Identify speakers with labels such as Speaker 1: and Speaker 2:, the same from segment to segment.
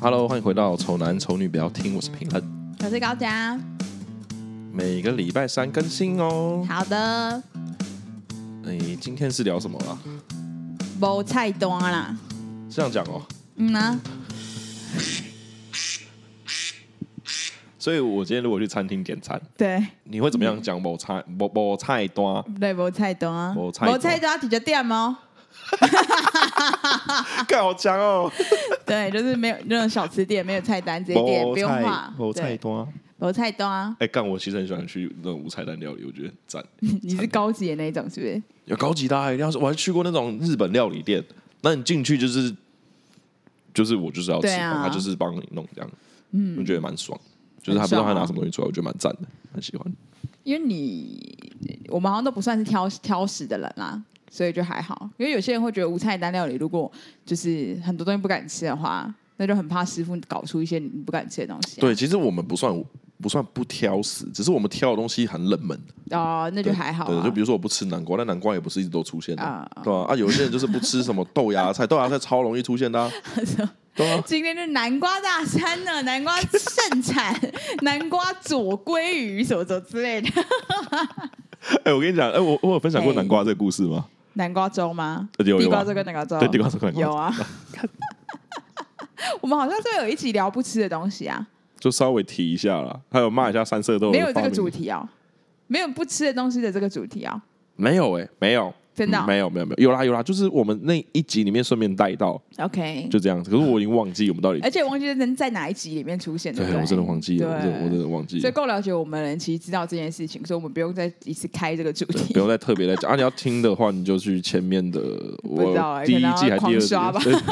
Speaker 1: Hello，欢迎回到《丑男丑女》，不要听，我是评论，
Speaker 2: 我是高佳。
Speaker 1: 每个礼拜三更新哦。
Speaker 2: 好的，
Speaker 1: 诶，今天是聊什么啦？
Speaker 2: 无菜单啦。
Speaker 1: 这样讲哦，
Speaker 2: 嗯啊，
Speaker 1: 所以我今天如果去餐厅点餐，
Speaker 2: 对
Speaker 1: 你会怎么样讲某菜某某菜单？
Speaker 2: 对，无菜单，
Speaker 1: 无菜单
Speaker 2: 无菜单直接点哦。
Speaker 1: 干好强哦！
Speaker 2: 对，就是没有那种小吃店，没有菜单，直接点，
Speaker 1: 某
Speaker 2: 不用
Speaker 1: 菜
Speaker 2: 画。
Speaker 1: 某菜
Speaker 2: 对，
Speaker 1: 单，
Speaker 2: 无菜单，啊
Speaker 1: 哎，干我其实很喜欢去那种无菜单料理，我觉得很赞。
Speaker 2: 你是高级的那一种，是不是？
Speaker 1: 有高级的、啊，一定要是我还去过那种日本料理店，那你进去就是就是我就是要吃
Speaker 2: 对
Speaker 1: 饭，
Speaker 2: 啊
Speaker 1: 他就是帮你弄这样，嗯，我觉得蛮爽，就是他
Speaker 2: 很
Speaker 1: 不知道
Speaker 2: 爽
Speaker 1: 他拿
Speaker 2: 啊
Speaker 1: 什么东西出来，我觉得蛮赞的，很喜欢。
Speaker 2: 因为你我们好像都不算是挑挑食的人啦，所以就还好。因为有些人会觉得无菜单料理，如果就是很多东西不敢吃的话，那就很怕师傅搞出一些你不敢吃的东西啊、
Speaker 1: 对，其实我们不算不算不挑食，只是我们挑的东西很冷门，
Speaker 2: 哦，那就还好、
Speaker 1: 对，
Speaker 2: 啊。
Speaker 1: 就比如说我不吃南瓜，但南瓜也不是一直都出现的，
Speaker 2: 啊
Speaker 1: 对吧、啊？有些人就是不吃什么豆芽菜，豆芽菜超容易出现 的、啊，对啊，
Speaker 2: 今天是南瓜大餐呢，南瓜 盛产，南瓜左鲑鱼什么什么之类的。
Speaker 1: 哎、我跟你讲，哎、我我有分享过
Speaker 2: 哎
Speaker 1: 南瓜这个故事吗？
Speaker 2: 南瓜粥吗？
Speaker 1: 有有啊
Speaker 2: 地瓜粥跟南瓜粥，
Speaker 1: 对地瓜粥跟南瓜粥
Speaker 2: 有啊。 我们好像都有一起聊不吃的东西啊，
Speaker 1: 就稍微提一下啦，还有骂一下三色豆的
Speaker 2: 没有这
Speaker 1: 发
Speaker 2: 个
Speaker 1: 明
Speaker 2: 主题哦，没有不吃的东西的这个主题哦。
Speaker 1: 没有哎、没有，
Speaker 2: 真的哦
Speaker 1: 嗯没有没有没有，有啦有啦，就是我们那一集里面顺便带到，
Speaker 2: OK，
Speaker 1: 就这样子。可是我已经忘记我们到底，
Speaker 2: 而且我忘记能在哪一集里面出现，
Speaker 1: 对
Speaker 2: 哎不对？
Speaker 1: 我真的忘记了，我真的我真
Speaker 2: 对。
Speaker 1: 的忘记
Speaker 2: 所以
Speaker 1: 了，
Speaker 2: 够了解我们的人，其实知道这件事情，所以我们不用再一次开这个主
Speaker 1: 对
Speaker 2: 题
Speaker 1: 不。用再特别再 讲啊！你要听的话，你就去前面的
Speaker 2: 不知道
Speaker 1: 我
Speaker 2: 欸
Speaker 1: 第一
Speaker 2: 可能要
Speaker 1: 季还第二
Speaker 2: 狂
Speaker 1: 季
Speaker 2: 刷吧，
Speaker 1: 对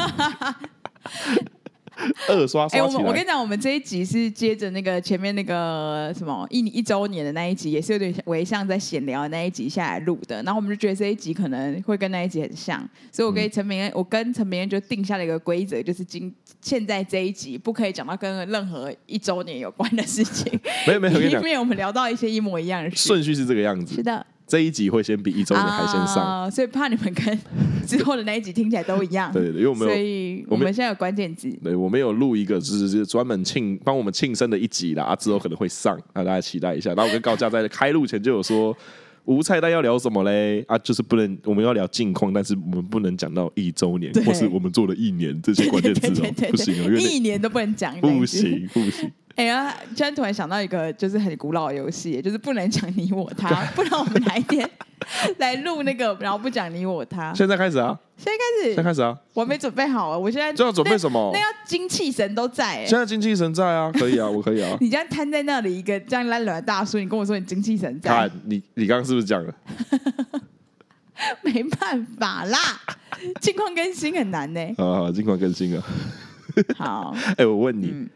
Speaker 1: 二刷
Speaker 2: 哎、
Speaker 1: 刷
Speaker 2: 我
Speaker 1: 起
Speaker 2: 们我跟
Speaker 1: 来。
Speaker 2: 你讲，我们这一集是接着那个前面那个什么一一周年的那一集，也是有点微像在闲聊的那一集下来录的。然后我们就觉得这一集可能会跟那一集很像，所以我跟陈明恩，
Speaker 1: 嗯
Speaker 2: 我跟陈明恩就定下了一个规则，就是今现在这一集不可以讲到跟任何一周年有关的事情，
Speaker 1: 没有没有，我跟你
Speaker 2: 以
Speaker 1: 讲，
Speaker 2: 免我们聊到一些一模一样的事。
Speaker 1: 顺序是这个样
Speaker 2: 是
Speaker 1: 子，
Speaker 2: 的，
Speaker 1: 这一集会先比一周年还先上，
Speaker 2: 啊所以怕你们跟之后的那一集听起来都一样。
Speaker 1: 对对对，因为我们
Speaker 2: 所
Speaker 1: 有。
Speaker 2: 以
Speaker 1: 我
Speaker 2: 我
Speaker 1: 们
Speaker 2: 们现在有关键字。
Speaker 1: 对，我们有录一个，就是就是专门庆帮我们庆生的一集啦，啊，之后可能会上，啊，大家期待一下。然后我跟高佳在开录前就有说，无菜单要聊什么嘞？啊，就是不能，我们要聊近况，但是我们不能讲到一周年
Speaker 2: 对
Speaker 1: 或是我们做了一年这些关键 字哦、不行哦，因为
Speaker 2: 一年都不能讲，
Speaker 1: 那不。行不行，
Speaker 2: 哎呀，今天突然想到一个就是很古老的游戏，就是不能讲你我 他，不然我们哪一天来录那个，然后不讲你我他。
Speaker 1: 现在开始啊，
Speaker 2: 现在
Speaker 1: 现在
Speaker 2: 开始，
Speaker 1: 开始啊，
Speaker 2: 我还没准备好啊，我现在
Speaker 1: 就要准备什么
Speaker 2: 那？那要精气神都在、
Speaker 1: 现
Speaker 2: 欸。
Speaker 1: 在精气神在啊，可
Speaker 2: 。
Speaker 1: 以啊，我可以啊
Speaker 2: 你这样瘫在那里一个这样懒懒的大叔，你跟我说你精气神在
Speaker 1: 看，你，你刚刚是不是讲了？
Speaker 2: 没办 法啦，近况更新很难呢、
Speaker 1: 啊，近况更 新啊。
Speaker 2: 好，
Speaker 1: 哎、我问你，
Speaker 2: 嗯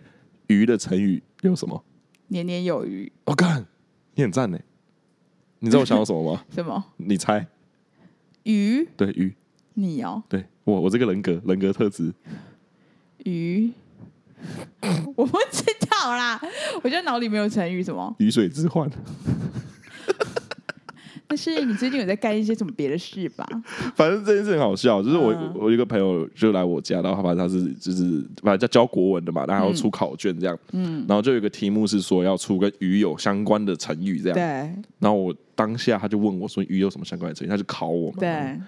Speaker 1: 鱼的成语有什么？
Speaker 2: 年年有余，
Speaker 1: 我、干，你很赞呢。你知道我想要什么 吗？
Speaker 2: 什么
Speaker 1: 你猜？
Speaker 2: 鱼？
Speaker 1: 对，鱼，
Speaker 2: 你哦，
Speaker 1: 对我我这个人格人格特质，
Speaker 2: 鱼， 我不知道啦，我觉得脑里没有成语什么。
Speaker 1: 鱼水之欢。
Speaker 2: 但是你最近有在干一些什么别的事吧？
Speaker 1: 反正这件事很好笑，就是我、
Speaker 2: 嗯
Speaker 1: 我有一个朋友就来我家，然后反正他是就是反正他教国文的嘛，然后要出考卷这样，嗯，然后就有一个题目是说要出跟鱼有相关的成语这样，
Speaker 2: 对
Speaker 1: 然后我当下他就问我说鱼有什么相关的成语，他就考我嘛，
Speaker 2: 对，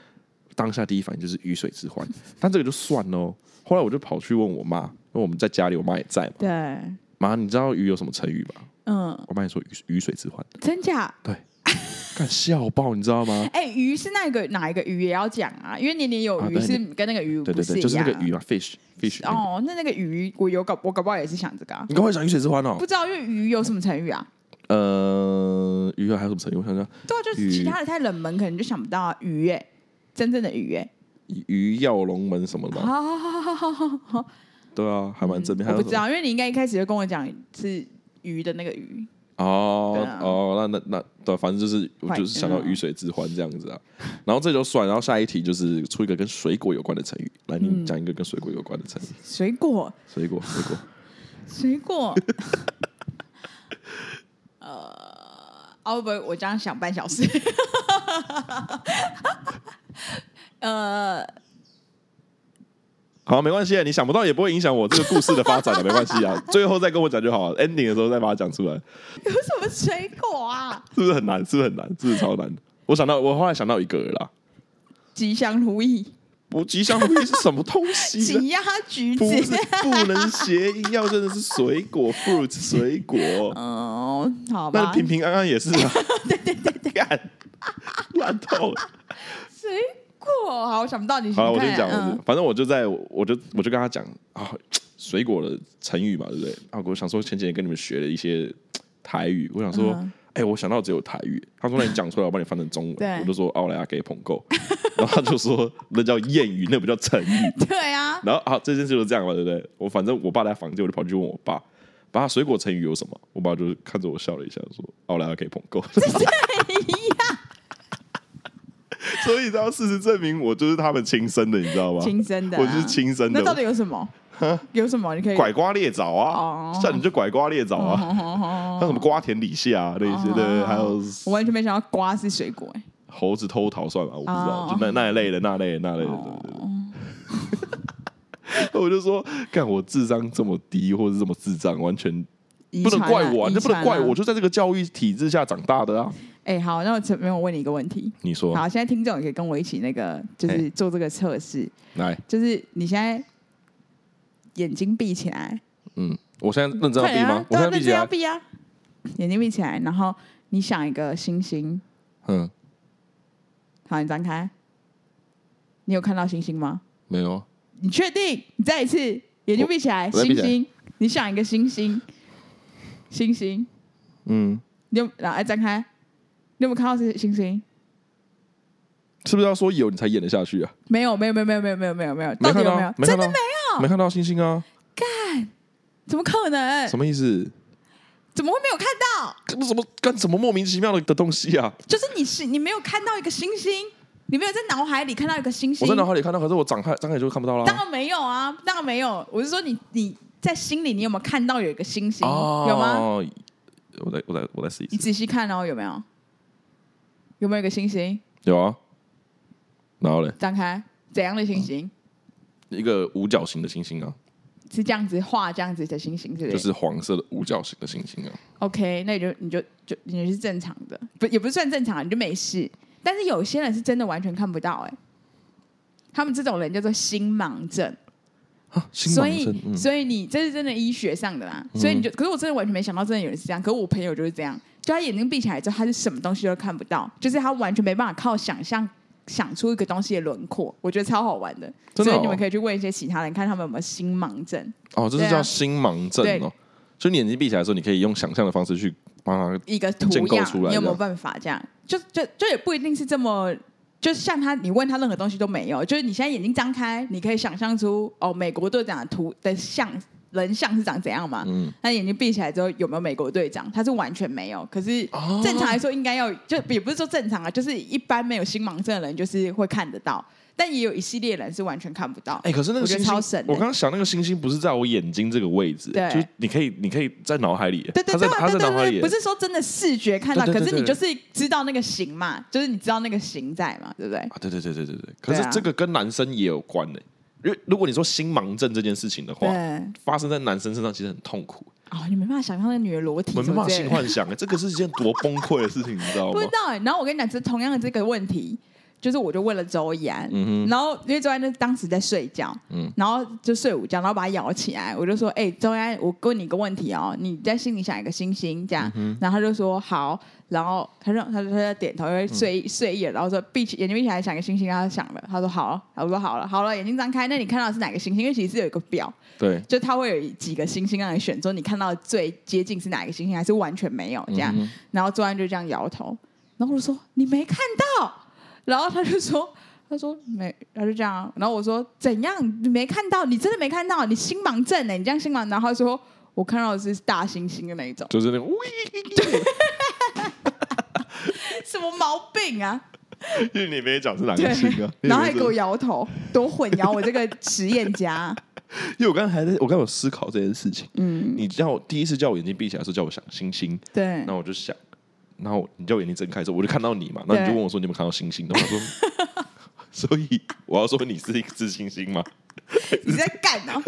Speaker 1: 当下第一反应就是鱼水之欢，但这个就算喽。后来我就跑去问我妈，因为我们在家里，我妈也在嘛，
Speaker 2: 对，
Speaker 1: 妈，你知道鱼有什么成语吗？
Speaker 2: 嗯，
Speaker 1: 我妈也说鱼鱼水之欢，
Speaker 2: 真假？
Speaker 1: 对，干笑爆，你知道吗？
Speaker 2: 哎、鱼是那个哪一个鱼也要讲啊？因为年年有
Speaker 1: 啊
Speaker 2: 余
Speaker 1: 对
Speaker 2: 是跟那个鱼
Speaker 1: 对
Speaker 2: 不
Speaker 1: 对
Speaker 2: 是
Speaker 1: 对，
Speaker 2: 一
Speaker 1: 就是
Speaker 2: 样、
Speaker 1: 那个鱼嘛，fish fish 那个。
Speaker 2: 哦，那那个鱼我有搞，我搞不好也是想这个、啊，
Speaker 1: 你跟我讲鱼水之欢哦
Speaker 2: 不？知道因为鱼有什么成语啊？
Speaker 1: 呃，鱼还有什么成语？我想想，
Speaker 2: 对啊，就是
Speaker 1: 鱼
Speaker 2: 其他的太冷门，可能就想不到、啊、鱼哎、真正的鱼哎、
Speaker 1: 鱼跃龙门什么的
Speaker 2: 好
Speaker 1: 嘛？
Speaker 2: 好好好好好好好，
Speaker 1: 对啊，还蛮正面。还
Speaker 2: 我
Speaker 1: 有
Speaker 2: 不
Speaker 1: 什
Speaker 2: 知
Speaker 1: 么
Speaker 2: 道，因为你应该一开始就跟我讲是鱼的那个鱼，
Speaker 1: 哦
Speaker 2: 对啊
Speaker 1: 哦，那那那对，反正就是我
Speaker 2: 坏
Speaker 1: 就是想到
Speaker 2: 嗯
Speaker 1: 鱼水之欢这样子啊。然后这就算，然后下一题就是出一个跟水果有关的成语。来，
Speaker 2: 嗯
Speaker 1: 你讲一个跟水果有关的成语。
Speaker 2: 水果
Speaker 1: 水果，水果，
Speaker 2: 水果， 呃，哦不，我这样想半小时， 呃，
Speaker 1: 好，没关系啊，你想不到也不会影响我这个故事的发展的，没关系啊，最后再跟我讲就好了，ending 的时候再把它讲出来，
Speaker 2: 有什么水果啊？
Speaker 1: 是不是很难？是不是很难？是不是超难？我想到，我后来想到一个了啦，
Speaker 2: 吉祥如意，
Speaker 1: 不吉祥如意是什么东 西呢？
Speaker 2: 挤压橘
Speaker 1: 不是
Speaker 2: 子。
Speaker 1: 不能谐音，要真的是水果 fruit 水果，
Speaker 2: 嗯，好
Speaker 1: 那
Speaker 2: 吧。
Speaker 1: 平平安安也是 啊，对对对， 干烂透了。
Speaker 2: 水果，好，我想不到 你。
Speaker 1: 好了，我先讲，我
Speaker 2: 嗯
Speaker 1: 就反正我就在，我就我就跟他讲啊，水果的成语嘛，对不对？啊，我想说前几天跟你们学了一些台语，我想说，哎、
Speaker 2: 嗯
Speaker 1: 我想到只有台语。他说，那你讲出来，我帮你翻成中
Speaker 2: 对
Speaker 1: 文。我就说，奥莱亚给捧够， 然后他就说，那叫谚语，那不叫成语。
Speaker 2: 对啊，
Speaker 1: 然后好，这件事就是这样嘛，对不对？我反正我爸在房间，我就跑去问我爸，爸水果成语有什么？我爸就是看着我笑了一下，说，奥莱亚给捧够。 所以你知道，事实证明我就是他们亲生的，你知道吗？
Speaker 2: 亲生的啊，
Speaker 1: 我就是亲生的
Speaker 2: 那到底有什么？有什么？你可以
Speaker 1: 拐瓜裂枣啊，
Speaker 2: 哦
Speaker 1: 像你就拐瓜裂枣啊，
Speaker 2: 哦
Speaker 1: 像什么瓜田李下啊那一些，对对，还有
Speaker 2: 我完全没想到瓜是水果哎、
Speaker 1: 猴子偷桃算吧，我不知道，
Speaker 2: 哦
Speaker 1: 就那那一类的，那类的，那类的，对对 对。我就说，看我智商这么低，或者这么智障，完全
Speaker 2: 遗
Speaker 1: 不
Speaker 2: 传
Speaker 1: 能
Speaker 2: 啊
Speaker 1: 怪我，啊，
Speaker 2: 遗
Speaker 1: 这不能
Speaker 2: 传啊
Speaker 1: 怪我，我就在这个教育体制下长大的啊。
Speaker 2: 哎、好，那我陈明，我问你一个问题。
Speaker 1: 你说，
Speaker 2: 好，现在听众也可以跟我一起那个，就是
Speaker 1: 嗯嘿
Speaker 2: 做这个测试，
Speaker 1: 来，
Speaker 2: 就是你现在眼睛闭起来，
Speaker 1: 嗯，我现在认真要
Speaker 2: 快
Speaker 1: 闭
Speaker 2: 点
Speaker 1: 吗
Speaker 2: 啊，？
Speaker 1: 我
Speaker 2: 对
Speaker 1: 现在闭起
Speaker 2: 啊认真要
Speaker 1: 来，
Speaker 2: 闭啊，眼睛闭起来，然后你想一个星星，
Speaker 1: 嗯，
Speaker 2: 好，你张开，你有看到星星吗？
Speaker 1: 没有啊，
Speaker 2: 你确定？你再一次，眼睛闭起来，
Speaker 1: 我再闭
Speaker 2: 星
Speaker 1: 起来
Speaker 2: 星，你想一个星星，星星，
Speaker 1: 嗯，
Speaker 2: 你有然后哎张开，你有没有看到是星星？
Speaker 1: 是不是要说有你才演得下去啊？
Speaker 2: 没有，没有，没有，没有，没有，没有，没有，没有，
Speaker 1: 没
Speaker 2: 到底
Speaker 1: 看
Speaker 2: 有
Speaker 1: 到
Speaker 2: 没有？，
Speaker 1: 看
Speaker 2: 真
Speaker 1: 到
Speaker 2: 的没，
Speaker 1: 没看到星星啊？
Speaker 2: 怎么可能
Speaker 1: 什？么意思？
Speaker 2: 怎么会没有看到？
Speaker 1: 干什么干什么莫名其妙的的东西啊？
Speaker 2: 就是你是你没有看到一个星星，你没有在脑海里看到一个星
Speaker 1: 我
Speaker 2: 星
Speaker 1: 在，脑海里看到，可是我展开张开就看不到
Speaker 2: 当
Speaker 1: 啦。
Speaker 2: 然没有啊，当然没有。我是说你你在心里你有没有看到有一个星星？
Speaker 1: 哦
Speaker 2: 有吗？？
Speaker 1: 我再我再我再试一
Speaker 2: 你
Speaker 1: 次。
Speaker 2: 仔细看哦，有没有？有没有一个星星？
Speaker 1: 有啊，然后嘞，
Speaker 2: 张开，怎样的星星？
Speaker 1: 一个五角形的星星啊，
Speaker 2: 是这样子画这样子的星星，对不对？
Speaker 1: 就是黄色的五角形的星星啊。
Speaker 2: OK，那你就你就就你就是正常的，不也不是算正常，啊你就没事。但是有些人是真的完全看不到、哎，他们这种人叫做心盲症，
Speaker 1: 啊，星
Speaker 2: 所
Speaker 1: 芒
Speaker 2: 以、
Speaker 1: 针，嗯，
Speaker 2: 所以你这是真的医学上的啦，所以你就，可是我真的完全没想到，真的有人是这样，可是我朋友就是这样，就他眼睛闭起来之后，他是什么东西都看不到，就是他完全没办法靠想象。想出一个东西的轮廓，我觉得超好玩的，
Speaker 1: 真的哦
Speaker 2: 所以你们可以去问一些其他人，看他们有没有心盲症，
Speaker 1: 哦，这是
Speaker 2: 对
Speaker 1: 叫
Speaker 2: 啊
Speaker 1: 星芒症哦。所以你眼睛闭起来的时候，你可以用想象的方式去帮它。
Speaker 2: 一个图
Speaker 1: 建构
Speaker 2: 样，
Speaker 1: 出来
Speaker 2: 你有没有
Speaker 1: 的
Speaker 2: 办法这样？就就就也不一定是这么，就像他，你问他任何东西都没有，就是你现在眼睛张开，你可以想象出哦，美国队长的图的像人像是长怎样嘛？
Speaker 1: 嗯，
Speaker 2: 那眼睛闭起来之后有没有美国队长？他是完全没有，可是
Speaker 1: 哦
Speaker 2: 正常来说应该要，就也不是说正常啊，就是一般没有心盲症的人就是会看得到，但也有一系列人是完全看不到。
Speaker 1: 哎，可是那个
Speaker 2: 我觉
Speaker 1: 星
Speaker 2: 得
Speaker 1: 星
Speaker 2: 超神，的
Speaker 1: 我刚刚想那个星星不是在我眼睛这个位置，
Speaker 2: 对
Speaker 1: 就是你可以，你可以在脑海里，
Speaker 2: 对对
Speaker 1: 它
Speaker 2: 对
Speaker 1: 在
Speaker 2: 啊，
Speaker 1: 它
Speaker 2: 对
Speaker 1: 在
Speaker 2: 对
Speaker 1: 脑海
Speaker 2: 对
Speaker 1: 里，
Speaker 2: 对，不是说真的视觉看到，
Speaker 1: 对对
Speaker 2: 可
Speaker 1: 对
Speaker 2: 是你
Speaker 1: 对
Speaker 2: 就是知道那个形嘛，就是你知道那个形在嘛，对不对？
Speaker 1: 啊，对对对对对对。可
Speaker 2: 对
Speaker 1: 是
Speaker 2: 啊
Speaker 1: 这个跟男生也有关呢、因为如果你说心盲症这件事情的话，
Speaker 2: 对，
Speaker 1: 发生在男生身上其实很痛苦，
Speaker 2: 哦，你没办法想象那个女的裸体
Speaker 1: 我
Speaker 2: 什
Speaker 1: 们没
Speaker 2: 么
Speaker 1: 办法
Speaker 2: 之
Speaker 1: 性
Speaker 2: 类的，
Speaker 1: 幻想、欸，这个是一件多崩溃的事情，你知道
Speaker 2: 不
Speaker 1: 吗
Speaker 2: 知？道哎、然后我跟你讲，这同样的这个问题，就是我就问了周怡安，
Speaker 1: 嗯
Speaker 2: 然后因为周怡安就当时在睡觉，
Speaker 1: 嗯
Speaker 2: 然后就睡午觉，然后把他摇起来，我就说，哎、周怡安，我问你一个问题哦，你在心里想一个星星这样，
Speaker 1: 嗯
Speaker 2: 然后他就说好，然后他就他就他就点头，因为睡、
Speaker 1: 嗯
Speaker 2: 睡意了，然后说闭起眼睛闭起来想一个星星，然后他想了，他说好，我说好了，好了，眼睛张开，那你看到的是哪个星星？因为其实是有一个表，
Speaker 1: 哼，对，
Speaker 2: 就它会有几个星星让你选，说你看到最接近是哪一个星星，还是完全没有这样。
Speaker 1: 嗯，
Speaker 2: 然后周安就这样摇头，然后我就说你没看到，然后他就说 他说没，他就这样啊。然后我说怎样你没看到？你真的没看到？你心盲症呢、你这样心盲？然后他说我看到的是大猩猩的那一种
Speaker 1: 就是那个，
Speaker 2: 什么毛病啊？
Speaker 1: 因为你没讲是哪个星啊，
Speaker 2: 然后还给我
Speaker 1: 因
Speaker 2: 摇头，多混淆我这个实验家。
Speaker 1: 为我刚才还在，我刚才有思考这件事情。
Speaker 2: 嗯，
Speaker 1: 你叫我第一次叫我眼睛闭起来的时候叫我想星星，
Speaker 2: 对
Speaker 1: 那，我就想，然后你叫我眼睛睁开之后，我就看到你嘛，那你就
Speaker 2: 对
Speaker 1: 问我说你有没有看到星星？然后我说。所以我要说你是一个自信心吗？
Speaker 2: 你在干哦、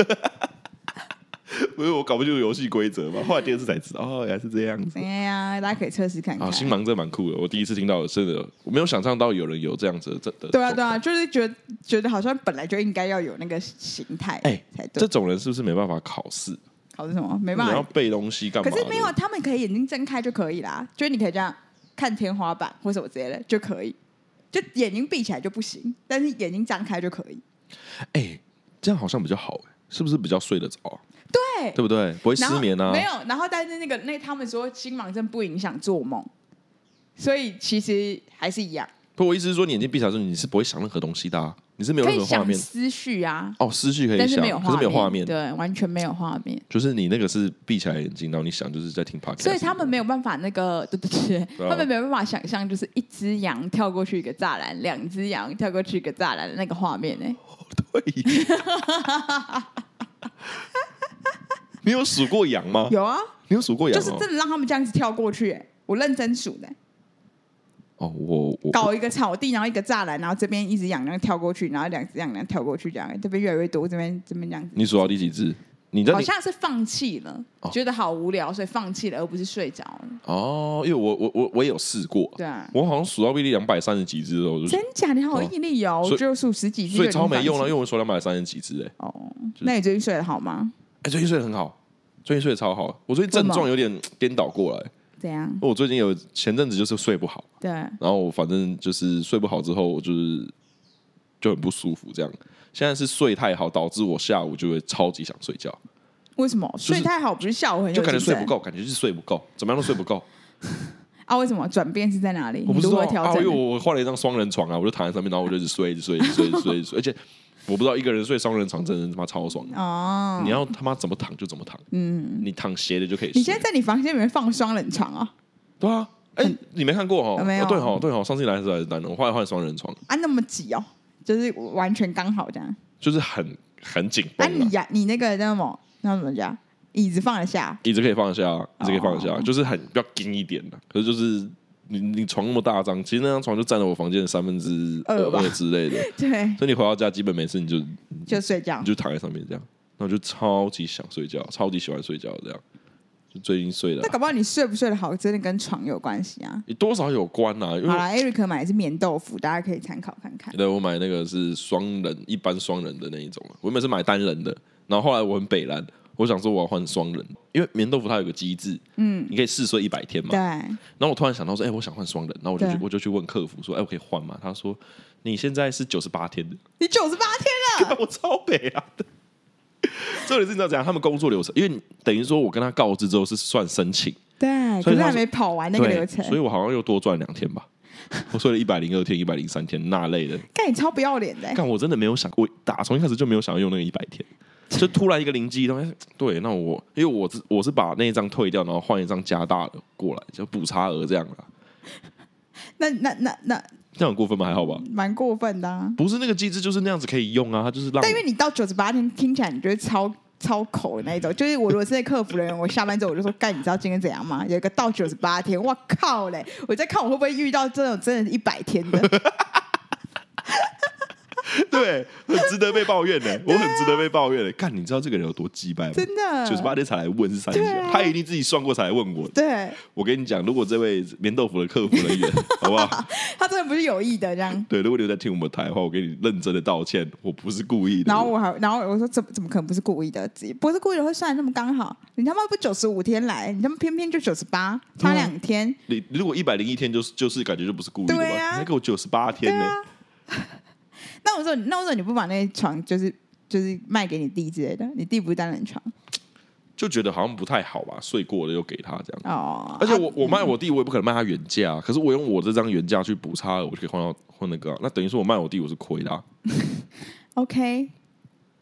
Speaker 1: 不是我搞不清楚游戏规则嘛，后来第二次才知道，哦，原来是这样子
Speaker 2: 哎。呀，大家可以测试看看。
Speaker 1: 啊，星芒真蛮酷的，我第一次听到，真的我没有想象到有人有这样子的这的。
Speaker 2: 对啊，对啊，就是觉得觉得好像本来就应该要有那个形态，
Speaker 1: 哎
Speaker 2: 才
Speaker 1: 这
Speaker 2: 对。
Speaker 1: 种人是不是没办法考试？
Speaker 2: 考是什么？没
Speaker 1: 你
Speaker 2: 办
Speaker 1: 要
Speaker 2: 法，
Speaker 1: 背东西干嘛
Speaker 2: 可
Speaker 1: 的？
Speaker 2: 是没有，啊他们可以眼睛睁开就可以啦，就是你可以这样看天花板或什么之类的就可以，就眼睛闭起来就不行，但是眼睛张开就可以。
Speaker 1: 哎、这样好像比较好、哎是不是比较睡得着啊、
Speaker 2: 对，
Speaker 1: 对不对？不会失
Speaker 2: 然后
Speaker 1: 眠啊？
Speaker 2: 没有，然后但是那个那他们说心盲症不影响做梦，所以其实还是一样，
Speaker 1: 不，我意思是说，你眼睛闭起来的时候，你是不会想任何东西的、啊，你是没有
Speaker 2: 可
Speaker 1: 任
Speaker 2: 以
Speaker 1: 何画
Speaker 2: 想
Speaker 1: 面。
Speaker 2: 思绪啊，
Speaker 1: 哦，思绪可以
Speaker 2: 但
Speaker 1: 想，
Speaker 2: 是没有
Speaker 1: 可是没有画面，
Speaker 2: 对，完全没有画面。
Speaker 1: 就是你那个是闭起来眼睛，然后你想就是在听 podcast，
Speaker 2: 所以他们没有办法那个， 对对对，
Speaker 1: 对啊
Speaker 2: 他们没有办法想象，就是一只羊跳过去一个栅栏，两只羊跳过去一个栅栏的那个画面欸呢、
Speaker 1: 对。 你有数过羊吗？
Speaker 2: 有啊，
Speaker 1: 你有数过羊、
Speaker 2: 就
Speaker 1: 哦？
Speaker 2: 是真的让他们这样子跳过去、欸，我认真数的、
Speaker 1: 哦，我我
Speaker 2: 搞一个草地，然后一个栅栏，然后这边一只羊那样跳过去，然后两只羊那样跳过去，这样这边越来越多，这边这边这样子，
Speaker 1: 你数到第几只？你在
Speaker 2: 好
Speaker 1: 你
Speaker 2: 像是放弃了，
Speaker 1: 哦
Speaker 2: 觉得好无聊，所以放弃了，而不是睡着了。
Speaker 1: 哦，因为我我我我也有试过，
Speaker 2: 对啊，
Speaker 1: 我好像数到比例两百三十几只的时候，我就
Speaker 2: 真假？你好有毅力哦，
Speaker 1: 所以
Speaker 2: 我就数十几只，
Speaker 1: 所以超没用了，因为
Speaker 2: 用
Speaker 1: 我数两百三十几只哎、
Speaker 2: 哦。那你最近睡得好吗？
Speaker 1: 哎、最近睡得很好，最近睡得超好。我最近症状有点颠倒过来，
Speaker 2: 怎样？
Speaker 1: 我最近有前阵子就是睡不好，
Speaker 2: 对。
Speaker 1: 然后我反正就是睡不好之后，我就是就很不舒服这样。现在是睡太好，导致我下午就会超级想睡觉，
Speaker 2: 为什么
Speaker 1: 是
Speaker 2: 睡太好不是下午很有
Speaker 1: 就感觉
Speaker 2: 精神
Speaker 1: 睡不够，感觉是睡不够，怎么样都睡不够。
Speaker 2: 啊？为什么转变是在哪里？
Speaker 1: 我不
Speaker 2: 你
Speaker 1: 知
Speaker 2: 嗯如
Speaker 1: 道
Speaker 2: 何调
Speaker 1: 啊，因为
Speaker 2: 整？
Speaker 1: 我换了一张双人床啊，我就躺在上面，然后我就一直睡，一直睡，一直睡，一直睡，一直睡而且我不知道一个人睡双人床真的他妈超爽的。
Speaker 2: 哦，
Speaker 1: 你要他妈怎么躺就怎么躺，嗯，你躺斜的就可以睡。
Speaker 2: 你现在在你房间里面放双人床啊？
Speaker 1: 对啊，哎、你没看过哦？
Speaker 2: 呃没有
Speaker 1: 哦对哦，对哦，上次你来的时候还是单人，我后来换双人床，
Speaker 2: 啊，那么挤哦，就是完全刚好这样。
Speaker 1: 就是很很紧
Speaker 2: 啊，
Speaker 1: 绷
Speaker 2: 你
Speaker 1: 了，
Speaker 2: 呀，你那个叫什么？那怎么讲？椅子放得下，
Speaker 1: 椅子可以放得下，
Speaker 2: 哦
Speaker 1: 椅子可以放得下，就是很比较紧一点的。可是就是你你床那么大张，其实那张床就占了我房间的三分之
Speaker 2: 二吧哦
Speaker 1: 二之类的，
Speaker 2: 对，
Speaker 1: 所以你回到家基本没事，你就你
Speaker 2: 就睡觉。
Speaker 1: 就躺在上面这样，然后就超级想睡觉，超级喜欢睡觉这样，就最近睡了
Speaker 2: 那。搞不好你睡不睡得好，真的跟床有关系啊。
Speaker 1: 也多少有关呐、啊，因
Speaker 2: 好
Speaker 1: 为
Speaker 2: 啦，Eric 买的是棉豆腐，大家可以参考看看。
Speaker 1: 对我买那个是双人，一般双人的那一种啊。我原本是买单人的，然后后来我很北蓝，我想说我要换双人，因为棉豆腐它有个机制，嗯，你可以试睡一百天嘛。
Speaker 2: 对，
Speaker 1: 然后我突然想到说，哎、我想换双人，然后我就去
Speaker 2: 对
Speaker 1: 我就去问客服说，哎、我可以换吗？他说你现在是九十八天的，
Speaker 2: 你九十八天 了，
Speaker 1: 我超北啊的。这里是你知道怎样？他们工作流程，因为你等于说我跟他告知之后是算申请，
Speaker 2: 对，
Speaker 1: 所
Speaker 2: 可
Speaker 1: 以
Speaker 2: 是
Speaker 1: 他
Speaker 2: 还
Speaker 1: 是
Speaker 2: 没跑完那个
Speaker 1: 对
Speaker 2: 流程
Speaker 1: 所。以我好像又多赚两天吧。我睡了一百零二天、一百零三天那类的，
Speaker 2: 看你超不要脸的欸，
Speaker 1: 但我真的没有想，我打从一开始就没有想要用那个一百 天，就突然一个灵机一动，哎对，那我因为我是我是把那一张退掉，然后换一张加大的过来，就补差额这样啦，
Speaker 2: 那那那那
Speaker 1: 这样很过分吗？还好吧，
Speaker 2: 蛮过分的啊。
Speaker 1: 不是那个机制就是那样子可以用啊，它就是让
Speaker 2: 但因为你到九十八天，听起来你觉得超超口的那一种。就是我如果是在客服人员，我下班之后我就说：“干，你知道今天怎样吗？有一个到九十八天，我靠嘞！我在看我会不会遇到这种真的一百天的。
Speaker 1: 对，很值得被抱怨的、 我很值得被抱怨的、看你知道这个人有多鸡掰吗？
Speaker 2: 啊真的
Speaker 1: 九十八天才来问是三小
Speaker 2: 对啊，
Speaker 1: 他一定自己算过才来问我”的。
Speaker 2: 对
Speaker 1: 我跟你讲，如果这位棉豆腐的客服人 员，好不好？
Speaker 2: 他真的不是有意的 这样。
Speaker 1: 对，如果你有在听我们台的话，我给你认真的道歉，我不是故意的。
Speaker 2: 然后我还，然后我说怎么怎么可能不是故意的？自己不是故意的会算得那么刚好？你他妈不九十五天来，你他妈偏偏就九十八，差两天。
Speaker 1: 你如果一百零一天就是就是感觉就不是故意的吧？
Speaker 2: 对啊
Speaker 1: 你还给我九十八天
Speaker 2: 对
Speaker 1: 呢、
Speaker 2: 啊。 那我说，那我说你不把那床就是就是卖给你弟之类的，你弟不是单人床
Speaker 1: 就觉得好像不太好吧？睡过了又给他这样，
Speaker 2: 哦。
Speaker 1: 而且我我卖我弟，我也不可能卖他原价、啊可是我用我这张原价去补差额，我就可以换到换那个啊、那等于说我卖我弟我是亏的、啊，
Speaker 2: OK，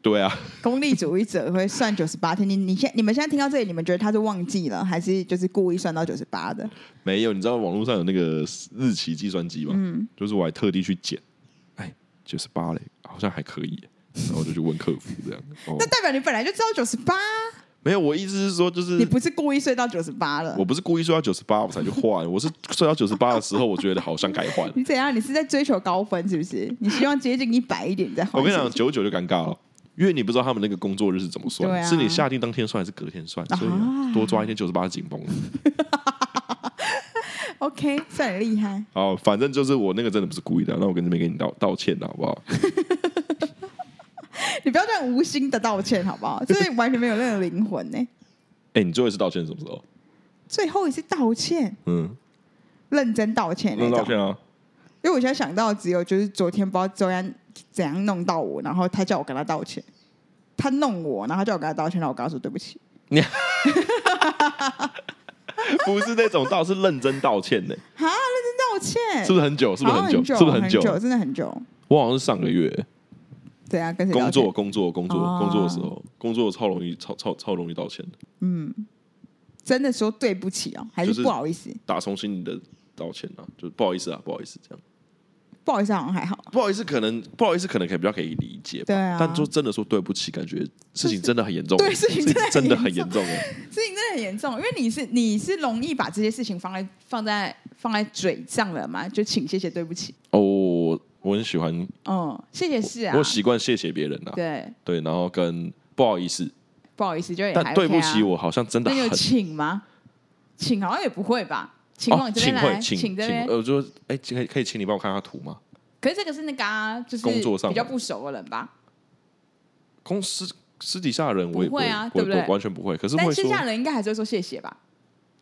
Speaker 1: 对啊，
Speaker 2: 功利主义者会算九十八天。你你现你们现在听到这里，你们觉得他是忘记了，还是就是故意算到九十八的？
Speaker 1: 没有，你知道网络上有那个日期计算机吗？
Speaker 2: 嗯
Speaker 1: 就是我还特地去剪，哎，九十八 嘞，好像还可以耶、然后我就去问客服这样，哦
Speaker 2: 那，代表你本来就知道九十八，啊
Speaker 1: 没没有，我意思是说，就是
Speaker 2: 你不是故意睡到九十八了
Speaker 1: 我？不是故意睡到九十八我才去换，我是睡到九十八的时候，我觉得好像该换。
Speaker 2: 你怎样？你是在追求高分是不是？你希望接近一百一点再好。
Speaker 1: 我跟你讲，九九就尴尬了。因为你不知道他们那个工作日是怎么算，
Speaker 2: 对啊
Speaker 1: 是你下定当天算还是隔天算，所以
Speaker 2: 啊
Speaker 1: 多抓一天九十八是紧绷的。
Speaker 2: ，OK，算很厉害。
Speaker 1: 好，反正就是我那个真的不是故意的，那我跟这边给你道道歉了，好不好？
Speaker 2: 你不要这样无心的道歉好不好？ 这完全没有任何灵魂呢、
Speaker 1: 哎、你最后一次道歉是什么时候？
Speaker 2: 最后一次道歉，
Speaker 1: 嗯，
Speaker 2: 认真道歉那
Speaker 1: 那
Speaker 2: 种
Speaker 1: 道。歉啊，
Speaker 2: 因为我现在想到只有就是昨天不知道周安怎样弄到我，然后他叫我跟他道歉，他弄我，然后他叫我跟他道歉，然后我跟他说对不起。
Speaker 1: 不是那种道，是认真道歉呢、
Speaker 2: 哈，认真道歉，
Speaker 1: 是不是很久？是不是
Speaker 2: 好像
Speaker 1: 很
Speaker 2: 久？
Speaker 1: 是不是
Speaker 2: 哎哦很
Speaker 1: 久？
Speaker 2: 真的很久。
Speaker 1: 我好像是上个月
Speaker 2: 对啊，跟谁
Speaker 1: 工
Speaker 2: 道歉
Speaker 1: 作？工作工作
Speaker 2: 哦
Speaker 1: 工作的时候，工作超容易超超超容易道歉的，
Speaker 2: 真的说对不起哦，还
Speaker 1: 就是
Speaker 2: 是不好意思？
Speaker 1: 打从心里的道歉啊，就不好意思啊，不好意思这样。
Speaker 2: 不好意思，好像还好。
Speaker 1: 不好意思，可能不好意思，可能可以比较可以理解吧。
Speaker 2: 对啊
Speaker 1: 但说真的说对不起，感觉事情真的很严重。
Speaker 2: 对事情真的很
Speaker 1: 真的很严
Speaker 2: 严
Speaker 1: 重哎。
Speaker 2: 事情真的很严重，因为你是你是容易把这些事情放在放在放在嘴上了嘛，就请谢谢对不起，
Speaker 1: 哦，我我很喜欢，
Speaker 2: 嗯，谢谢是啊
Speaker 1: 我，习惯谢谢别人啊。
Speaker 2: 对，
Speaker 1: 对，然后跟不好意思，
Speaker 2: 不好意思，就也还
Speaker 1: 但对不
Speaker 2: OK 啊
Speaker 1: 起，我好像真的
Speaker 2: 那你有
Speaker 1: 很。哦
Speaker 2: 请吗？请好像也不会吧？请往
Speaker 1: 哦，
Speaker 2: 你这
Speaker 1: 请
Speaker 2: 边来，
Speaker 1: 会请
Speaker 2: 这边。
Speaker 1: 呃，我就说哎，可以可以请你帮我看下图吗？
Speaker 2: 可是这个是那个啊，就是
Speaker 1: 工作上
Speaker 2: 比较不熟的人吧？
Speaker 1: 公司私底下的人我也
Speaker 2: 不会啊
Speaker 1: 我也
Speaker 2: 对不对
Speaker 1: 完全不会。可是
Speaker 2: 但
Speaker 1: 会
Speaker 2: 线
Speaker 1: 说
Speaker 2: 下人应该还是会说谢谢吧？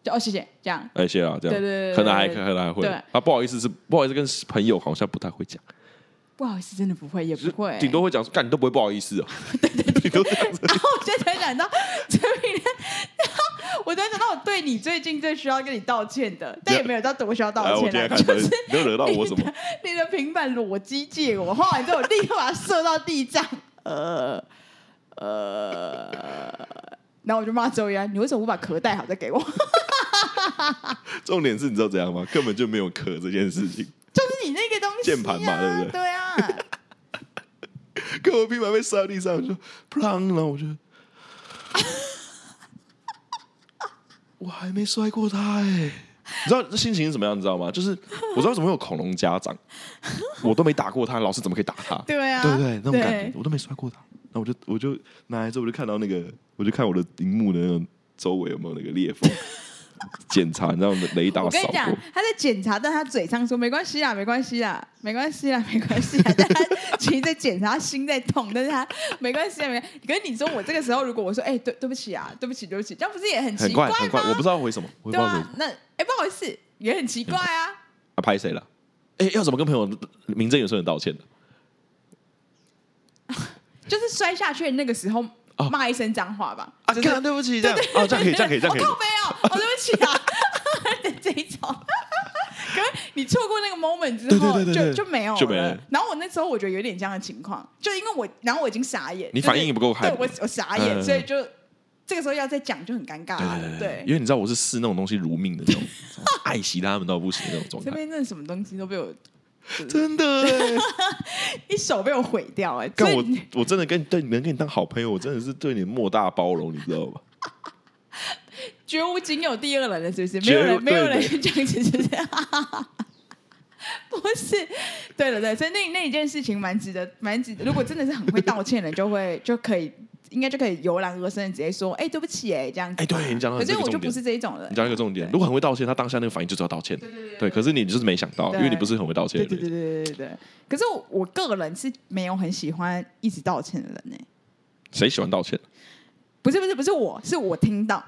Speaker 2: 就哦谢谢这样，
Speaker 1: 哎，谢啦，这
Speaker 2: 对对对
Speaker 1: 样
Speaker 2: 对
Speaker 1: 可能还
Speaker 2: 对
Speaker 1: 可能还会
Speaker 2: 对
Speaker 1: 啊，不好意思是不好意思，跟朋友好像不太会讲。
Speaker 2: 不好意思，真的不会，也不会、
Speaker 1: 顶多会讲说，干你都不会不好意思 哦，顶多这样子。
Speaker 2: 然后 我就突然想到陈敏然后我突然想到我对你最近最需要跟你道歉的，但也没有到多需要
Speaker 1: 来，
Speaker 2: 道
Speaker 1: 哎我今
Speaker 2: 歉
Speaker 1: 天
Speaker 2: 啊，
Speaker 1: 看
Speaker 2: 就
Speaker 1: 到
Speaker 2: 是
Speaker 1: 你你又惹到我什么？
Speaker 2: 你的平板裸机借我，画完之后我立刻把它射到 地上，呃呃，然后我就骂周一安，你为什么不把壳带好再给我？
Speaker 1: 重点是你知道怎样吗？根本就没有壳这件事 情，
Speaker 2: 就是你那个东西、啊，
Speaker 1: 键盘嘛对不对
Speaker 2: 对啊，
Speaker 1: 跟我平板被摔到地上，我就砰，然后 我就，我还没摔过它哎、你知道这心情是怎么样？你知道吗？就是我知道怎么会有恐龙家长，我都没打过他，老师怎么可以打他？
Speaker 2: 对啊，
Speaker 1: 对不对？那种感觉
Speaker 2: 对，
Speaker 1: 我都没摔过它。那我就我就拿来之后，我就看到那个，我就看我的荧幕的那种周围有没有那个裂缝，检查，你知道雷达
Speaker 2: 我跟
Speaker 1: 扫
Speaker 2: 你讲
Speaker 1: 过。，
Speaker 2: 他在检查，但他嘴上说没关系啦，没关系啦，没关系啦，没关系啦。 但他其实在检查，他心在痛，但是他没关系啊，没关系。可是你说我这个时候，如果我说哎、对对不起啊，对不起，对不起，这样不是也很奇
Speaker 1: 很快
Speaker 2: 吗？
Speaker 1: 很快，我不知道回什么，我也
Speaker 2: 对
Speaker 1: 不知道回什
Speaker 2: 啊
Speaker 1: 么，
Speaker 2: 那哎、不好意思，也很奇怪啊。
Speaker 1: 啊拍谁了？哎，要怎么跟朋友明正有说你道歉的？
Speaker 2: 就是摔下去的那个时候
Speaker 1: 嗯哦
Speaker 2: 骂一声脏话吧。
Speaker 1: 啊，干对不起，这样哦，这样可以，这样可以，这样可
Speaker 2: 我靠
Speaker 1: 以。
Speaker 2: 背哦，我、对不起啊， 这一种。可是你错过那个 moment 之后，
Speaker 1: 对对对对对
Speaker 2: 就就没有
Speaker 1: 就没了
Speaker 2: 然后我那时候我觉得有点这样的情况，就因为我，然后我已经傻眼，
Speaker 1: 你
Speaker 2: 就是
Speaker 1: 反应不够快
Speaker 2: 对我我傻
Speaker 1: 嗯嗯
Speaker 2: 眼，
Speaker 1: 嗯
Speaker 2: 所以就这个时候要再讲就很尴尬了。
Speaker 1: 因为你知道我是视那种东西如命的那种，爱惜他们到不行的那种状
Speaker 2: 这
Speaker 1: 态。
Speaker 2: 边真的什么东西都被我
Speaker 1: 真的哎，
Speaker 2: 一手被我毁掉哎、所
Speaker 1: 干
Speaker 2: 以
Speaker 1: 我我真的跟对能跟你当好朋友，我真的是对你莫大包容，你知道吗？
Speaker 2: 绝无仅有第二人了，是不是？没
Speaker 1: 绝
Speaker 2: 有
Speaker 1: 无
Speaker 2: 人，没有人
Speaker 1: 对
Speaker 2: 这样子，是不 是？不是，对了对，所以那那一件事情蛮值得，蛮值得。如果真的是很会道歉的，就会 就可以，应该就可以油然而生地直接说，哎、对不起、哎，这样子。
Speaker 1: 哎，对你讲到
Speaker 2: 可
Speaker 1: 这
Speaker 2: 是
Speaker 1: 个
Speaker 2: 我就
Speaker 1: 重
Speaker 2: 不
Speaker 1: 点，
Speaker 2: 是这一种人
Speaker 1: 你。讲一个重点，
Speaker 2: 对
Speaker 1: 如果很会道歉，他当下那个反应就知道道歉。对，可是你就是没想到，
Speaker 2: 对
Speaker 1: 因为你不是很会道歉的
Speaker 2: 对对对
Speaker 1: 人。
Speaker 2: 对对对对。可是我我个人是没有很喜欢一直道歉的人呢、哎
Speaker 1: 谁喜欢道歉？
Speaker 2: 不是不是不是我，是我听到，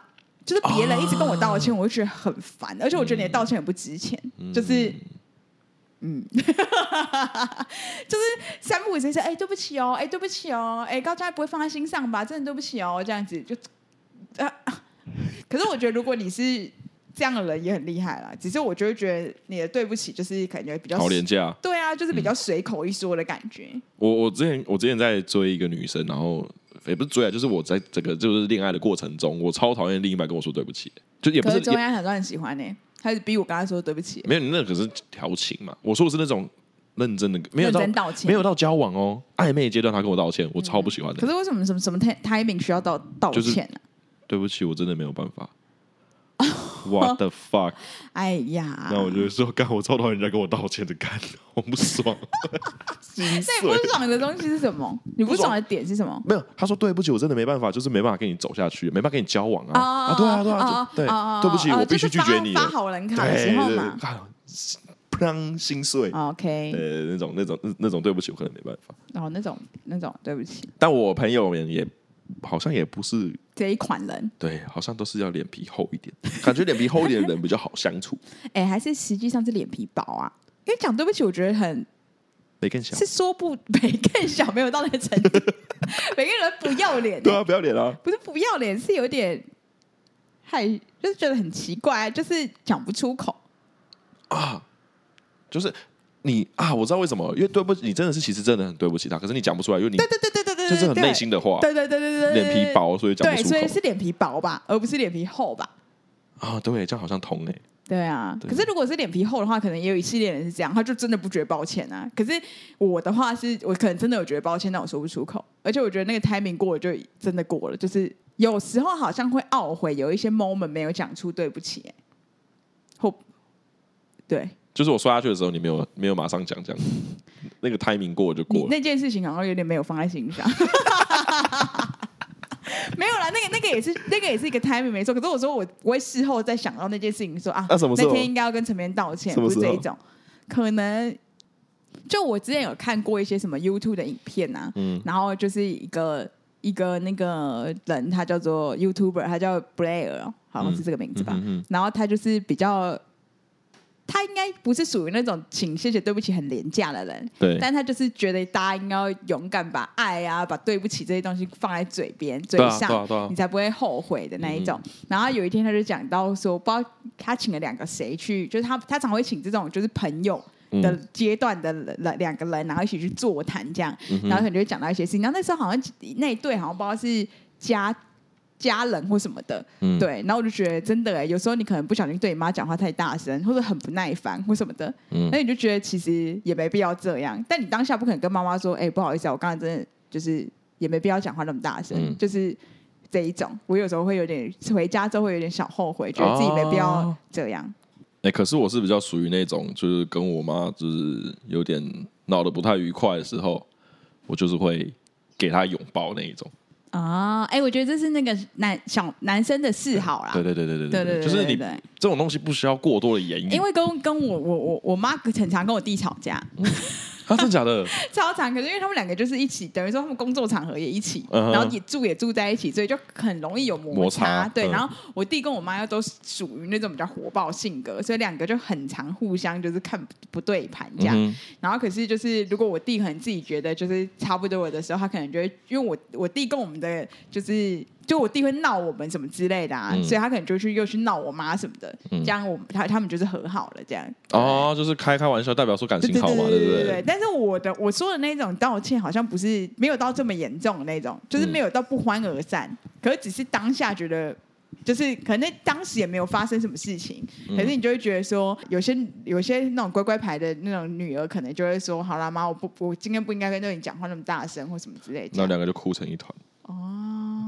Speaker 2: 就是别人一直跟我道
Speaker 1: 啊
Speaker 2: 歉，我就觉得很烦，而且我
Speaker 1: 嗯
Speaker 2: 觉得你的道歉很不值钱，就是。嗯， 就是三不五时说，哎、对不起哦，哎、对不起哦，哎、高嘉不会放在心上吧？真的对不起哦，这样子就，啊， 可是我觉得如果你是这样的人也很厉害啦，只是我就会觉得你的对不起就是感觉比较
Speaker 1: 好嗯廉价。
Speaker 2: 对啊，就是比较随口一说的感觉。
Speaker 1: 我我之前我之前在追一个女生，然后也不是追啊，就是我在整个就是恋爱的过程中，我超讨厌另一半跟我说对不起，就也不
Speaker 2: 可
Speaker 1: 是
Speaker 2: 是周
Speaker 1: 也
Speaker 2: 安很多人喜欢呢、他是逼我跟他说对不起，
Speaker 1: 没有，你那可是调情嘛。我说的是那种认真的，没有到
Speaker 2: 认真道歉嗯
Speaker 1: 没有到交往哦，暧昧阶段他跟我道歉，我超不喜欢的。
Speaker 2: 可是为什么什么什么 ti- timing 需要道道歉呢、啊
Speaker 1: 对不起，我真的没有办 法。What the fuck？
Speaker 2: 哎呀，
Speaker 1: 那我就说，干，我超讨厌人家跟我道歉的，干， 我不爽， 心
Speaker 2: 那你
Speaker 1: 碎。
Speaker 2: 不爽的东西是什么？你不爽的点是什么？
Speaker 1: 没有，他说对不起，我真的没办法，就是没办法跟你走下去，没办法跟你交往
Speaker 2: 哦
Speaker 1: 啊！啊，对啊，对啊，对，对不起，我必须拒绝你。
Speaker 2: 发好人卡的
Speaker 1: 对
Speaker 2: 时候
Speaker 1: 对
Speaker 2: 嘛。哦
Speaker 1: 啊砰，心碎。
Speaker 2: OK，
Speaker 1: 呃，那种那种那那种对不起，我可能没办法。
Speaker 2: 然后那种那种，对不起，
Speaker 1: 但我朋友们也好像也不是
Speaker 2: 这一款人，
Speaker 1: 对，好像都是要脸皮厚一点，感觉脸皮厚一点的人比较好相处。
Speaker 2: 哎，还是实际上是脸皮薄啊。因为讲对不起，我觉得很
Speaker 1: 没更小，
Speaker 2: 是说不北更小，没有到那个程 度。每个人不要脸，
Speaker 1: 对啊，不要脸啊！
Speaker 2: 不是不要脸，是有点害，就是觉得很奇怪，就是讲不出口。
Speaker 1: 就是你啊，我知道为什么，因为对不起，你真的是其实真的很对不起他，可是你讲不出来，因为你
Speaker 2: 对对对对对对，
Speaker 1: 这是很
Speaker 2: 对
Speaker 1: 内心的话，
Speaker 2: 对对对对对，对
Speaker 1: 脸皮，薄，所以讲不
Speaker 2: 对，
Speaker 1: 出
Speaker 2: 所
Speaker 1: 口
Speaker 2: 以是脸皮薄吧，而不是脸皮厚吧。
Speaker 1: 啊。对，这样好像通哎、
Speaker 2: 对啊，
Speaker 1: 对
Speaker 2: 可是如果是脸皮厚的话，可能也有一系列人是这样，他就真的不觉得抱歉啊。可是我的话是，我可能真的有觉得抱歉，但我说不出口，而且我觉得那个 timing 过了就真的过了，就是有时候好像会懊悔，有一些 moment 没有讲出对不起、欸，或对
Speaker 1: 就是我刷下去的时候，你没有没有马上讲这样，那个 timing 过就
Speaker 2: 你
Speaker 1: 过了。
Speaker 2: 那件事情好像有点没有放在心上。 没有啦，那个那个也是那个也是一个 timing 没错，可是我说我我会事后再想到那件事情说啊，
Speaker 1: 那什么时候
Speaker 2: 那天应该要跟陈明道歉，
Speaker 1: 什么
Speaker 2: 不
Speaker 1: 时
Speaker 2: 是
Speaker 1: 候
Speaker 2: 这一种，可能就我之前有看过一些什么 YouTube 的影片啊，
Speaker 1: 嗯
Speaker 2: 然后就是一个一个那个人，他叫做 YouTuber，他叫 Blair，哦好像是这个名字吧，
Speaker 1: 嗯嗯嗯
Speaker 2: 然后他就是比较。他应该不是属于那种请谢谢对不起很廉价的人，
Speaker 1: 对，
Speaker 2: 但他就是觉得大家应该要勇敢把爱啊、把对不起这些东西放在嘴边、嘴
Speaker 1: 对啊
Speaker 2: 上，
Speaker 1: 对啊嗯对啊
Speaker 2: 你才不会后悔的那一种。然后有一天他就讲到说，不知道他请了两个谁去，就是他他常会请这种就是朋友。的
Speaker 1: 嗯，
Speaker 2: 阶段的人两个人，然后一起去座谈这样，
Speaker 1: 嗯
Speaker 2: 然后可能就会讲到一些事情。然后那时候好像那一对好像不知道是家家人或什么的，
Speaker 1: 嗯
Speaker 2: 对。然后我就觉得真的、欸，有时候你可能不小心对你妈讲话太大声，或者很不耐烦或什么的，
Speaker 1: 嗯
Speaker 2: 那你就觉得其实也没必要这样。但你当下不可能跟妈妈说，哎、不好意思、啊，我刚才真的就是也没必要讲话那么大声，
Speaker 1: 嗯
Speaker 2: 就是。这一种，我有时候会有点回家之后会有点小后悔，觉得自己没必要
Speaker 1: 哦
Speaker 2: 这样。
Speaker 1: 哎、可是我是比较属于那种，就是跟我妈就是有点闹得不太愉快的时候，我就是会给她拥抱那一种。
Speaker 2: 啊，哎、我觉得这是那个男小男生的嗜好啦。
Speaker 1: 对对对对
Speaker 2: 啊对对对
Speaker 1: 就是你
Speaker 2: 对对
Speaker 1: 这种东西不需要过多的言语
Speaker 2: 因。为跟跟我我我我妈很常跟我弟吵架，
Speaker 1: 啊，真的假 的？
Speaker 2: 超常。可是因为他们两个就是一起，等于说他们工作场合也一起，
Speaker 1: 嗯哼
Speaker 2: 然后也住也住在一起，所以就很容易有摩
Speaker 1: 摩擦
Speaker 2: 对，
Speaker 1: 嗯
Speaker 2: 然后我弟跟我妈又都属于那种比较火爆性格，所以两个就很常互相就是看不对盘这样。
Speaker 1: 嗯
Speaker 2: 然后可是就是，如果我弟可能自己觉得就是差不多的时候，他可能就会，因为我我弟跟我们的就是，就我弟会闹我们什么之类的啊，
Speaker 1: 嗯
Speaker 2: 所以他可能就去又去闹我妈什么的，
Speaker 1: 嗯
Speaker 2: 这样我们他他们就是和好了这样。
Speaker 1: 哼哦，就是开开玩笑，代表说感情好嘛，对不
Speaker 2: 对对。？但是我的我说的那种道歉，好像不是没有到这么严重的那种，就是
Speaker 1: 嗯
Speaker 2: 没有到不欢而散，可是只是当下觉得。就是可能当时也没有发生什么事情，可
Speaker 1: 嗯
Speaker 2: 是你就会觉得说，有些有些那种乖乖牌的那种女儿，可能就会说：“好啦，妈，我不我今天不应该跟对你讲话那么大声，或什么之类
Speaker 1: 那
Speaker 2: 的。
Speaker 1: 两个就哭成一团，”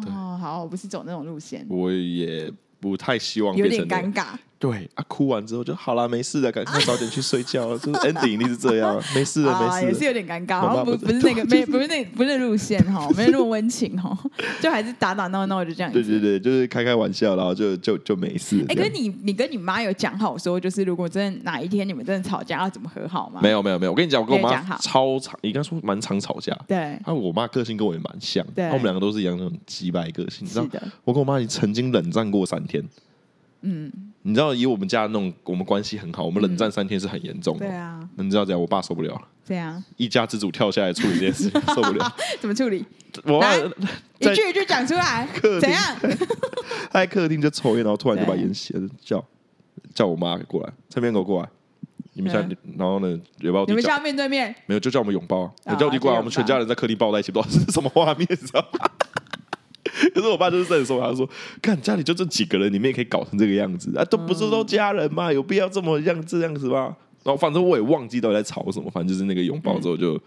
Speaker 1: 对
Speaker 2: 哦，好，我不是走那种路线，
Speaker 1: 我也不太希望
Speaker 2: 有
Speaker 1: 变成
Speaker 2: 点
Speaker 1: 那
Speaker 2: 尴
Speaker 1: 样。
Speaker 2: 尬。
Speaker 1: 对啊，哭完之后就好啦，没事的，赶快早点去睡觉。就是 ending 一定是这样，没事的，
Speaker 2: 啊，
Speaker 1: 没
Speaker 2: 也
Speaker 1: 事
Speaker 2: 是
Speaker 1: 的。
Speaker 2: 有点尴
Speaker 1: 妈
Speaker 2: 尬，好
Speaker 1: 妈
Speaker 2: 像不
Speaker 1: 不
Speaker 2: 不是 那个，没不是那不是路线哈，没有那么温情哈， 就还是打打闹闹就这样
Speaker 1: 对
Speaker 2: 子。
Speaker 1: 对对，就是开开玩笑，然后就就就没事。
Speaker 2: 哎、
Speaker 1: 这
Speaker 2: 可
Speaker 1: 样
Speaker 2: 是你你跟你妈有讲好说，就是如果真的哪一天你们真的吵架，要怎么和好吗？
Speaker 1: 没有没有没有，我跟你讲，我跟我
Speaker 2: 没有讲
Speaker 1: 妈
Speaker 2: 好
Speaker 1: 超常，应该说蛮常吵架。
Speaker 2: 对，
Speaker 1: 啊，我妈个性跟我也蛮像，
Speaker 2: 对
Speaker 1: 啊我们两个都是一样那种鸡掰个性，你知道
Speaker 2: 是？的，
Speaker 1: 我跟我妈也曾经冷战过三天。
Speaker 2: 嗯，
Speaker 1: 你知道，以我们家那种，我们关系很好，我们冷战三天是很严重的。
Speaker 2: 对啊，
Speaker 1: 那你知道怎样？我爸受不了了，
Speaker 2: 这样
Speaker 1: 一家之主跳下来处理这件 事情，受不了。
Speaker 2: 啊怎么处理？
Speaker 1: 我爸
Speaker 2: 来一
Speaker 1: 在
Speaker 2: 句一句讲出来
Speaker 1: 客，厅
Speaker 2: 怎样？
Speaker 1: 他在客厅就抽烟，然后突然就把
Speaker 2: 对
Speaker 1: 烟吸了，叫叫我妈过来，侧边给我过来。你们现在，然后呢，也把我
Speaker 2: 嗯你
Speaker 1: 弟
Speaker 2: 们
Speaker 1: 叫
Speaker 2: 下面对面，
Speaker 1: 没有，就叫我们拥抱啊，
Speaker 2: 啊
Speaker 1: 叫我弟过来，
Speaker 2: 就拥抱
Speaker 1: 我们全家人在客厅抱在一起，不知道是什么画面，你知道吗？可是我爸就是这样说，他说：“看家里就这几个人，你们也可以搞成这个样子啊，都不是都家人嘛，有必要这么样这样子吗？”然后反正我也忘记到底在吵什么，反正就是那个拥抱之后就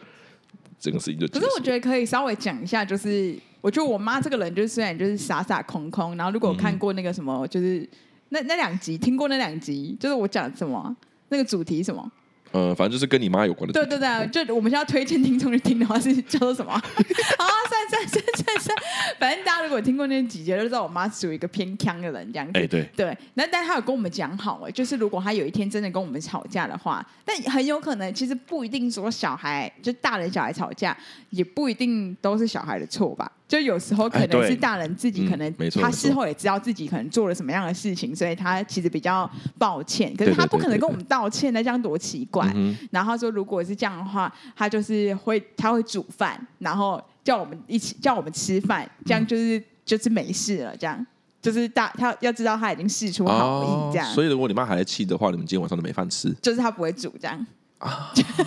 Speaker 1: 整个事情就结
Speaker 2: 可
Speaker 1: 束
Speaker 2: 是。我觉得可以稍微讲一下，就是我觉得我妈这个人就是虽然就是傻傻空空，然后如果我
Speaker 1: 嗯
Speaker 2: 看过那个什么，就是那那两集，听过那两集，就是我讲什么啊那个主题什么，
Speaker 1: 呃，反正就是跟你妈有关的主
Speaker 2: 对
Speaker 1: 题。
Speaker 2: 对对，就我们现在要推荐听众去听的话 是叫做什么？好啊，算算算算算，反正大家如果听过那几节，就知道我妈是属于一个偏腔的人这样子。
Speaker 1: 哎、对，
Speaker 2: 对，那但他有跟我们讲好哎，就是如果他有一天真的跟我们吵架的话，但很有可能其实不一定说小孩就大人小孩吵架，也不一定都是小孩的错吧。就有时候可
Speaker 1: 哎
Speaker 2: 能
Speaker 1: 对
Speaker 2: 是大人自己，可能
Speaker 1: 嗯没错
Speaker 2: 他
Speaker 1: 没错
Speaker 2: 事后也知道自己可能做了什么样的事情，所以他其实比较抱歉。可是
Speaker 1: 对对
Speaker 2: 他不
Speaker 1: 对
Speaker 2: 可能
Speaker 1: 对
Speaker 2: 跟我们道歉，那这样多奇怪。
Speaker 1: 嗯
Speaker 2: 然后他说，如果是这样的话，他就是会他会煮饭，然后叫我们一起叫我们吃饭，
Speaker 1: 嗯
Speaker 2: 这样就是、就是没事了，这样就是大他要知道他已经试出
Speaker 1: 哼，
Speaker 2: 好意，这样、
Speaker 1: 哦所以如果你妈还在气的话，你们今天晚上都没饭吃。
Speaker 2: 就是他不会煮这样。
Speaker 1: 啊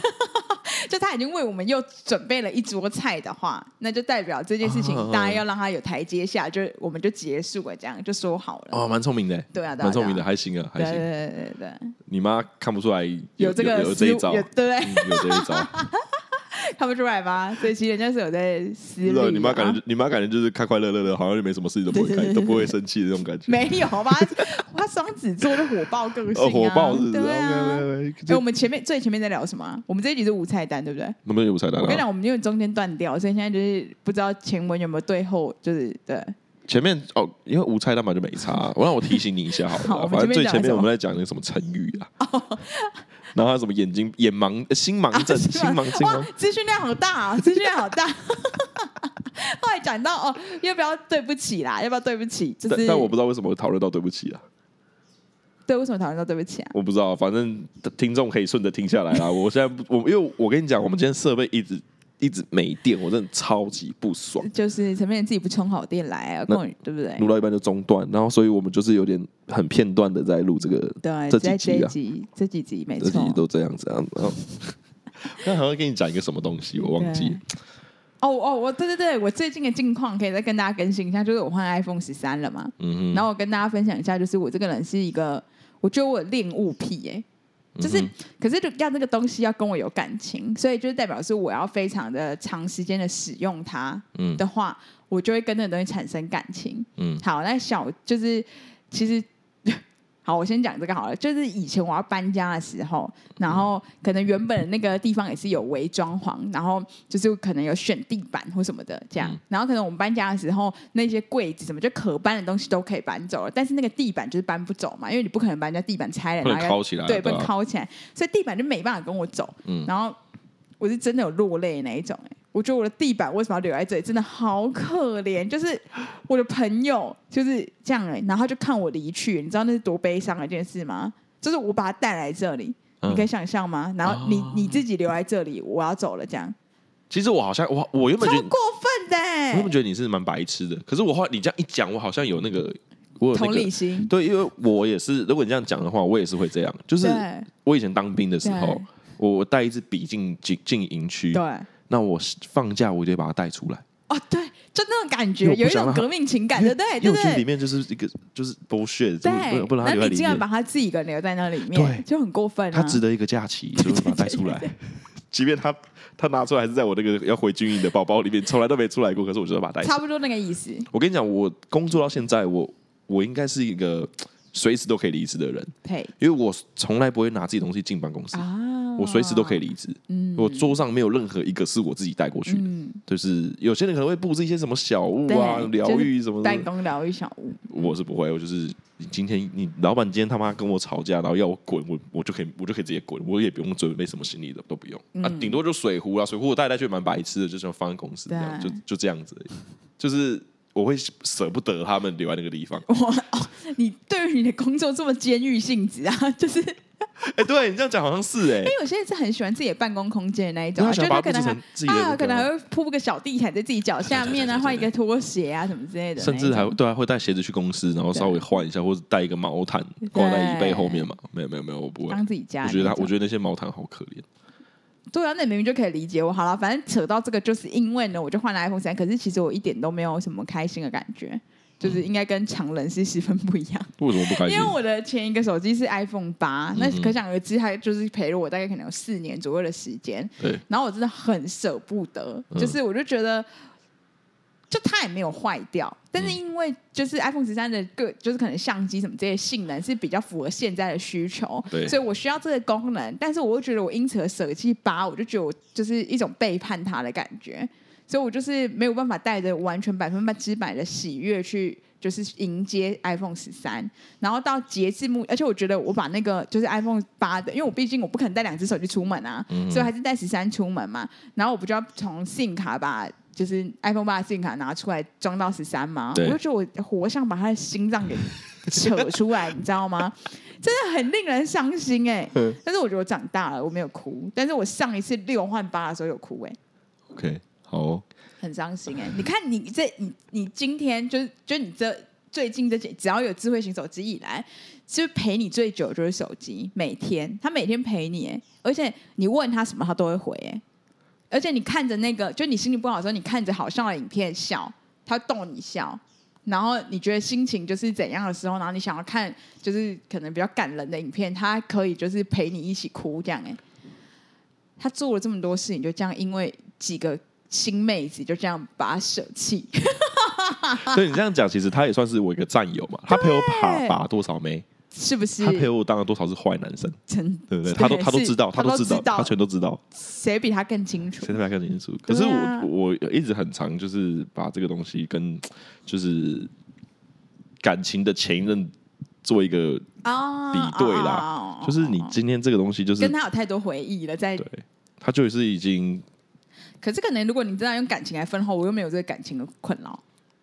Speaker 2: 就他已经为我们又准备了一桌菜的话，那就代表这件事情
Speaker 1: 哦
Speaker 2: 大家要让他有台阶下，就我们就结束了，这样就说好了。
Speaker 1: 哦，蛮聪明的，
Speaker 2: 对啊，对啊
Speaker 1: 蛮聪明
Speaker 2: 对
Speaker 1: 的，
Speaker 2: 啊
Speaker 1: 还行啊，还
Speaker 2: 对对
Speaker 1: 行。
Speaker 2: 对对对，对
Speaker 1: 你妈看不出来
Speaker 2: 这个
Speaker 1: 有有这
Speaker 2: 思
Speaker 1: 一
Speaker 2: 路
Speaker 1: 招，
Speaker 2: 有
Speaker 1: 嗯
Speaker 2: 对不对？
Speaker 1: 有这一招。
Speaker 2: 看不出来吧？所以其实人家是有在思虑、啊。
Speaker 1: 对，你妈感觉，你妈感觉就是快快乐乐的，好像就没什么事情都不会
Speaker 2: 对对
Speaker 1: 开，
Speaker 2: 对
Speaker 1: 都不会生气的那种感觉。
Speaker 2: 没有吧？他双子座的火爆个 性、啊，
Speaker 1: 呃，火爆是，
Speaker 2: 对啊。哎、
Speaker 1: OK，OK，OK，
Speaker 2: 我
Speaker 1: 就
Speaker 2: 们前面最前面在聊什么啊、我们这一集是无菜单，对不对？
Speaker 1: 那么有彩蛋
Speaker 2: 我跟你
Speaker 1: 啊。
Speaker 2: 讲，我们因为中间断掉，所以现在就是不知道前文有没有对后，就是对
Speaker 1: 前面哦，因为无彩蛋嘛就没 差。啊我让我提醒你一下好了
Speaker 2: 好我
Speaker 1: 啦，
Speaker 2: 们
Speaker 1: 反正最
Speaker 2: 前面
Speaker 1: 前面
Speaker 2: 讲哦了什么
Speaker 1: 我们在讲那个什么成语 啊，然后还有什么眼睛眼盲、呃心盲症、
Speaker 2: 是
Speaker 1: 心
Speaker 2: 吗
Speaker 1: 盲、心
Speaker 2: 哇
Speaker 1: 盲，，
Speaker 2: 资讯量好大、 啊，资讯量好大。 后来讲到哦，要不要对不起啦？要不要对不起？就
Speaker 1: 但
Speaker 2: 是
Speaker 1: 但我不知道为什么会讨论到对不起啊，
Speaker 2: 对，为什么讨论到对不起啊？
Speaker 1: 我不知道，反正听众可以顺着听下来啦。我现在不我因为我跟你讲，我们今天设备一直一直没电，我真的超级不爽。
Speaker 2: 就是陈面自己不充好电来啊，
Speaker 1: 那
Speaker 2: 跟我对不对？
Speaker 1: 录到一半就中断，然后所以我们就是有点很片段的在录这个
Speaker 2: 对，
Speaker 1: 这
Speaker 2: 在
Speaker 1: 几
Speaker 2: 这
Speaker 1: 集
Speaker 2: 一
Speaker 1: 啊，
Speaker 2: 集，这几集没
Speaker 1: 这几
Speaker 2: 错
Speaker 1: 集。都这样子啊。 然后那好像跟你讲一个什么东西，我忘记了。
Speaker 2: 哦哦，我对对对，我最近的近况可以再跟大家更新一下，就是我换 iPhone 十三了嘛，
Speaker 1: 嗯
Speaker 2: 然
Speaker 1: 哼，
Speaker 2: 后我跟大家分享一下，就是我这个人是一个，我觉得我有恋物癖哎、就是，
Speaker 1: 嗯
Speaker 2: 可是就要那个东西要跟我有感情，所以就是代表是我要非常的长时间的使用它
Speaker 1: 嗯
Speaker 2: 的话，我就会跟那个东西产生感情。
Speaker 1: 嗯
Speaker 2: 好，那小就是其实。 好，我先讲这个好了。就是以前我要搬家的时候，然
Speaker 1: 嗯
Speaker 2: 后可能原本那个地方也是有微装潢，然后就是可能有选地板或什么的这样。
Speaker 1: 嗯
Speaker 2: 然后可能我们搬家的时候，那些柜子什么就可搬的东西都可以搬走了，但是那个地板就是搬不走嘛，因为你不可能把人家地板拆了，
Speaker 1: 不能
Speaker 2: 然后要
Speaker 1: 敲起来啊，
Speaker 2: 对，被
Speaker 1: 吧？
Speaker 2: 铐起来，所以地板就没办法跟我走。
Speaker 1: 嗯
Speaker 2: 然后我是真的有落泪那一种、欸，我觉得我的地板为什么要留在这里，真的好可怜。就是我的朋友就是这样哎、欸，然后他就看我离去，你知道那是多悲伤的一件事吗？就是我把他带来这里，
Speaker 1: 嗯
Speaker 2: 你可以想象吗？然后你、
Speaker 1: 哦
Speaker 2: 你自己留在这里，我要走了，这样
Speaker 1: 其实我好像我我原
Speaker 2: 超
Speaker 1: 本觉得
Speaker 2: 过分的、欸
Speaker 1: 我原本觉得你是蛮白痴的，可是我后来你这样一讲，我好像有那个我有那
Speaker 2: 同
Speaker 1: 个
Speaker 2: 理。心，
Speaker 1: 对，因为我也是，如果你这样讲的话，我也是会这样。就是
Speaker 2: 对
Speaker 1: 我以前当兵的时候
Speaker 2: 对，
Speaker 1: 我我带一支笔进进进营区，
Speaker 2: 对
Speaker 1: 那我放假我就会把它带出来。
Speaker 2: 哦对，就那种感
Speaker 1: 因
Speaker 2: 觉，
Speaker 1: 为我不
Speaker 2: 有一
Speaker 1: 想
Speaker 2: 种
Speaker 1: 让他
Speaker 2: 革命情感，
Speaker 1: 因为
Speaker 2: 对不哎对？
Speaker 1: 因为
Speaker 2: 对
Speaker 1: 我
Speaker 2: 不
Speaker 1: 觉得
Speaker 2: 对
Speaker 1: 里？面就是一个就是 bullshit，不
Speaker 2: 对，
Speaker 1: 能不能让它留在
Speaker 2: 你
Speaker 1: 里
Speaker 2: 竟然把
Speaker 1: 面，
Speaker 2: 他自己一个人留在那里面，
Speaker 1: 对
Speaker 2: 就很过分、啊。
Speaker 1: 它值得一个假 期，所以我把它带出来。 即便他他拿出来还是在我那个要回军营的包包里面，从来都没出来过，可是我就要把它带出来。
Speaker 2: 差不多那个意思。
Speaker 1: 我跟你讲，我工作到现在，我我应该是一个随时都可以离职的人，
Speaker 2: 呸
Speaker 1: 因为我从来不会拿自己东西进办公室，
Speaker 2: 啊！
Speaker 1: 我随时都可以。离职。
Speaker 2: 嗯
Speaker 1: 我桌上没有任何一个是我自己带过去的，
Speaker 2: 嗯，
Speaker 1: 就是有些人可能会布置一些什么小物啊
Speaker 2: 对，
Speaker 1: 疗愈什么的
Speaker 2: 办。公疗愈小屋，
Speaker 1: 我是不会，我就是你今天你老板今天他妈跟我吵架，然后要我滚，我我就可以我就可以直接滚，我也不用准备什么行李的都不用、啊，
Speaker 2: 嗯
Speaker 1: 顶多就水壶啊，水壶我带来去蛮白痴的，就是放在公司这样，就
Speaker 2: 对
Speaker 1: 就这样子而已，就是我会舍不得他们留在那个地方。
Speaker 2: 哇哦！你对于你的工作这么监狱性质啊， 就是因
Speaker 1: 哎、对你这样讲好像是哎、
Speaker 2: 为有些人是很喜欢自己的办公空间的那一
Speaker 1: 然
Speaker 2: 种、
Speaker 1: 后
Speaker 2: 啊，
Speaker 1: 想
Speaker 2: 就
Speaker 1: 把
Speaker 2: 他
Speaker 1: 它
Speaker 2: 可
Speaker 1: 布置
Speaker 2: 能还
Speaker 1: 成自己的那
Speaker 2: 啊，
Speaker 1: 个，
Speaker 2: 可能还会铺个小地毯在自己脚下面
Speaker 1: 对对对
Speaker 2: 啊，
Speaker 1: 对对
Speaker 2: 换一个拖鞋啊什么之类的那一种，
Speaker 1: 甚至还对啊，会带鞋子去公司，然后稍微换一下，或者带一个毛毯挂在椅背后面嘛。没有没有没有，我不会。
Speaker 2: 当自己家
Speaker 1: 我
Speaker 2: 的那
Speaker 1: 觉
Speaker 2: 种。
Speaker 1: 得他，我觉得那些毛毯好可怜。
Speaker 2: 对啊，那你明明就可以理解我。好了，反正扯到这个，就是因为呢，我就换了 iPhone 三，可是其实我一点都没有什么开心的感觉，就是
Speaker 1: 嗯
Speaker 2: 应该跟常人是十分不一样。
Speaker 1: 为什么不开心
Speaker 2: 因为？我的前一个手机是 iPhone 八、那
Speaker 1: 嗯哼
Speaker 2: 可想而知，它就是陪了我大概可能有四年左右的时间。
Speaker 1: 对，
Speaker 2: 然后我真的很舍不得，
Speaker 1: 嗯
Speaker 2: 就是我就觉得就它也没有坏掉，但是因为就是 iPhone 十三的个就是可能相机什么这些性能是比较符合现在的需求，
Speaker 1: 对
Speaker 2: 所以我需要这个功能，但是我又觉得我因此而舍弃八，我就觉得我就是一种背叛它的感觉，所以我就是没有办法带着完全百分之百的喜悦去。就是迎接 iPhone 十三，然后到截至目，而且我觉得我把那个就是 iPhone 八的，因为我毕竟我不可能带两只手机出门啊，
Speaker 1: 嗯
Speaker 2: 所以还是带十三出门嘛。然后我不就要从 SIM 卡把就是 iPhone 八的 SIM 卡拿出来装到十三吗？
Speaker 1: 对
Speaker 2: 我就觉得我活像把他的心脏给扯出来，你知 道吗？真的很令人伤心哎、
Speaker 1: 嗯
Speaker 2: 但是我觉得我长大了，我没有哭，但是我上一次六换八的时候有哭哎、
Speaker 1: OK，好、哦，
Speaker 2: 很伤心哎、你看你这你你今天就是就你这最近这几只要有智慧型手机以来，就是陪你最久就是手机，每天他每天陪你哎、而且你问他什么他都会回哎、而且你看着那个就你心情不好的时候，你看着好笑的影片笑，他逗你笑。然后你觉得心情就是怎样的时候，然后你想要看就是可能比较感人的影片，他可以就是陪你一起哭这样哎、他做了这么多事情，就这样因为几个新妹子就这样把他舍弃。
Speaker 1: 所以你这样讲，其实他也算是我一个战友嘛。他陪我把把多少枚，
Speaker 2: 是不是
Speaker 1: 他？陪我当了多少是坏男生，
Speaker 2: 真
Speaker 1: 对不对？
Speaker 2: 对
Speaker 1: 他都他都
Speaker 2: 是
Speaker 1: 知道，他
Speaker 2: 他都
Speaker 1: 都知道
Speaker 2: 知，道啊
Speaker 1: 他全都知道。
Speaker 2: 谁比他更清楚
Speaker 1: 谁？特别看清楚？可是
Speaker 2: 对啊
Speaker 1: 我我一直很常就是把这个东西跟就是感情的前一任做一个，
Speaker 2: 啊，
Speaker 1: 比对啦
Speaker 2: 啊
Speaker 1: 就是你今天这个东西就是
Speaker 2: 跟他有太多回忆了，在
Speaker 1: 对，他就是已经
Speaker 2: 可是可能如果你真的用感情来分的话，我又没有这个感情的困扰。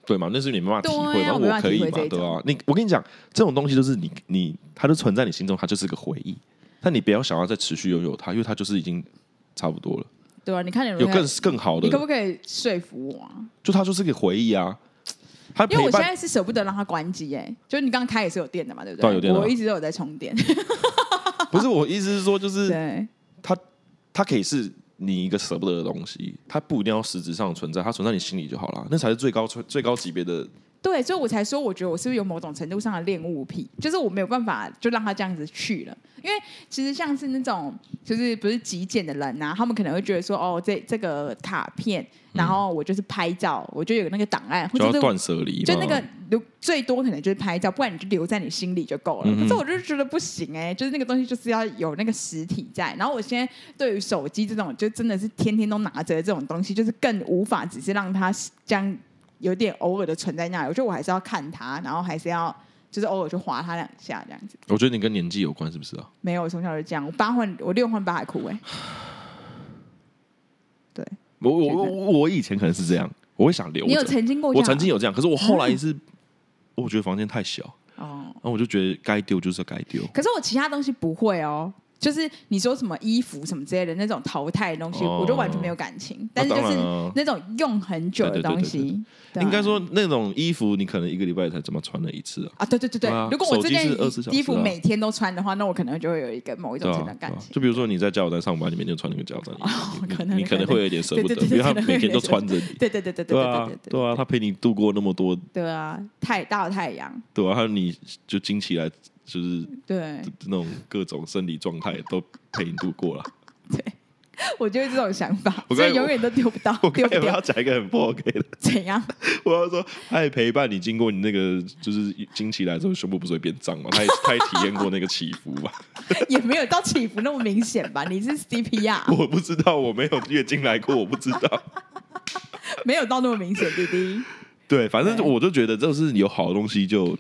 Speaker 1: 对嘛，那是你没办法体会，
Speaker 2: 对啊
Speaker 1: 然后
Speaker 2: 我没办法
Speaker 1: 可以
Speaker 2: 体
Speaker 1: 嘛
Speaker 2: 会，这一
Speaker 1: 对
Speaker 2: 种
Speaker 1: 吧、你我跟你讲，这种东西就是你你，它就存在你心中，它就是个回忆，但你不要想要再持续拥有它，因为它就是已经差不多了。
Speaker 2: 对啊，你看你有没
Speaker 1: 有
Speaker 2: 有
Speaker 1: 更更好
Speaker 2: 你可
Speaker 1: 的，
Speaker 2: 不可以说服我啊？
Speaker 1: 就它就是个回忆啊。它
Speaker 2: 因为
Speaker 1: 陪
Speaker 2: 我现
Speaker 1: 伴
Speaker 2: 在是舍不得让它关机，哎，就是你刚开也是有电的嘛，对不
Speaker 1: 对啊有电的啊
Speaker 2: 我一直都有在充电。
Speaker 1: 不是我意思是说， 就是
Speaker 2: 对，
Speaker 1: 它可以是你一个舍不得的东西，它不一定要实质上存在，它存在你心里就好了，那才是最高最高级别的。
Speaker 2: 对，所以我才说，我觉得我是不是有某种程度上的恋物癖，就是我没有办法就让他这样子去了。因为其实像是那种就是不是极简的人啊，他们可能会觉得说，哦，这这个卡片，然后我就是拍照，我就有那个档案，或
Speaker 1: 嗯就
Speaker 2: 者
Speaker 1: 要
Speaker 2: 是
Speaker 1: 断舍离嘛，
Speaker 2: 就那个留最多可能就是拍照，不然你就留在你心里就够了。
Speaker 1: 嗯哼
Speaker 2: 可是我就是觉得不行哎、就是那个东西就是要有那个实体在。然后我现在对于手机这种，就真的是天天都拿着这种东西，就是更无法只是让它这样有点偶尔的存在那里。我觉得我还是要看它，然后还是要就是偶尔去划它两下这样子。
Speaker 1: 我觉得你跟年纪有关，是不是啊？
Speaker 2: 没有，我从小就这样，我八换我六换八还哭哎、对
Speaker 1: 我我我我以前可能是这样，我会想留
Speaker 2: 你有
Speaker 1: 着，
Speaker 2: 曾经过这
Speaker 1: 我
Speaker 2: 样啊？嗯
Speaker 1: 曾经有这样，可是我后来是，我觉得房间太小，
Speaker 2: 哦。
Speaker 1: 然后我就觉得该丢就是该丢。
Speaker 2: 可是我其他东西不会哦，就是你说什么衣服什么之类的那种淘汰的东西，
Speaker 1: 哦
Speaker 2: 我就完全没有感情。
Speaker 1: 那
Speaker 2: 但是就
Speaker 1: 当然
Speaker 2: 是
Speaker 1: 啊
Speaker 2: 那种用很久的东
Speaker 1: 对对
Speaker 2: 西，对啊
Speaker 1: 应该说那种衣服，你可能一个礼拜才怎么穿了一次啊？
Speaker 2: 啊，对对对
Speaker 1: 对
Speaker 2: 对，
Speaker 1: 啊
Speaker 2: 如果我这件
Speaker 1: 手机是24小时啊
Speaker 2: 衣服每天都穿的话，那我可能就会有一个某一
Speaker 1: 对
Speaker 2: 种
Speaker 1: 啊
Speaker 2: 程度的，感
Speaker 1: 对啊
Speaker 2: 情。哦
Speaker 1: 就比如说你在加油站上班，你每天穿那个加油站衣服，
Speaker 2: 可
Speaker 1: 你
Speaker 2: 能
Speaker 1: 你可能会有一点舍不得
Speaker 2: 对，对对
Speaker 1: 因为他
Speaker 2: 可能会
Speaker 1: 每
Speaker 2: 有
Speaker 1: 天
Speaker 2: 点
Speaker 1: 都
Speaker 2: 舍不
Speaker 1: 穿着你。
Speaker 2: 对对对
Speaker 1: 对
Speaker 2: 对对对
Speaker 1: 啊
Speaker 2: 对，对
Speaker 1: 对啊，他陪你度过那么多
Speaker 2: 对啊！太大太阳，
Speaker 1: 对啊，还有你就惊起来，就是
Speaker 2: 对
Speaker 1: 那种各种生理状态都陪你度过了。
Speaker 2: 我就是这种想法，
Speaker 1: 我刚才
Speaker 2: 所以永远都丢不到
Speaker 1: 我，
Speaker 2: 丢
Speaker 1: 刚才
Speaker 2: 不
Speaker 1: 有没有
Speaker 2: 掉
Speaker 1: 要。讲一个很不 OK 的？
Speaker 2: 怎样？
Speaker 1: 我要说，他也陪伴你经过你那个，就是惊起来之后，胸部不是会变胀嘛？他也他也体验过那个起伏嘛？
Speaker 2: 也没有到起伏那么明显吧？你是 CPR，
Speaker 1: 我不知道，我没有月经来过，我不知道。
Speaker 2: 没有到那么明显，弟弟。
Speaker 1: 对，反正
Speaker 2: 对
Speaker 1: 我就觉得，就是有好的东西就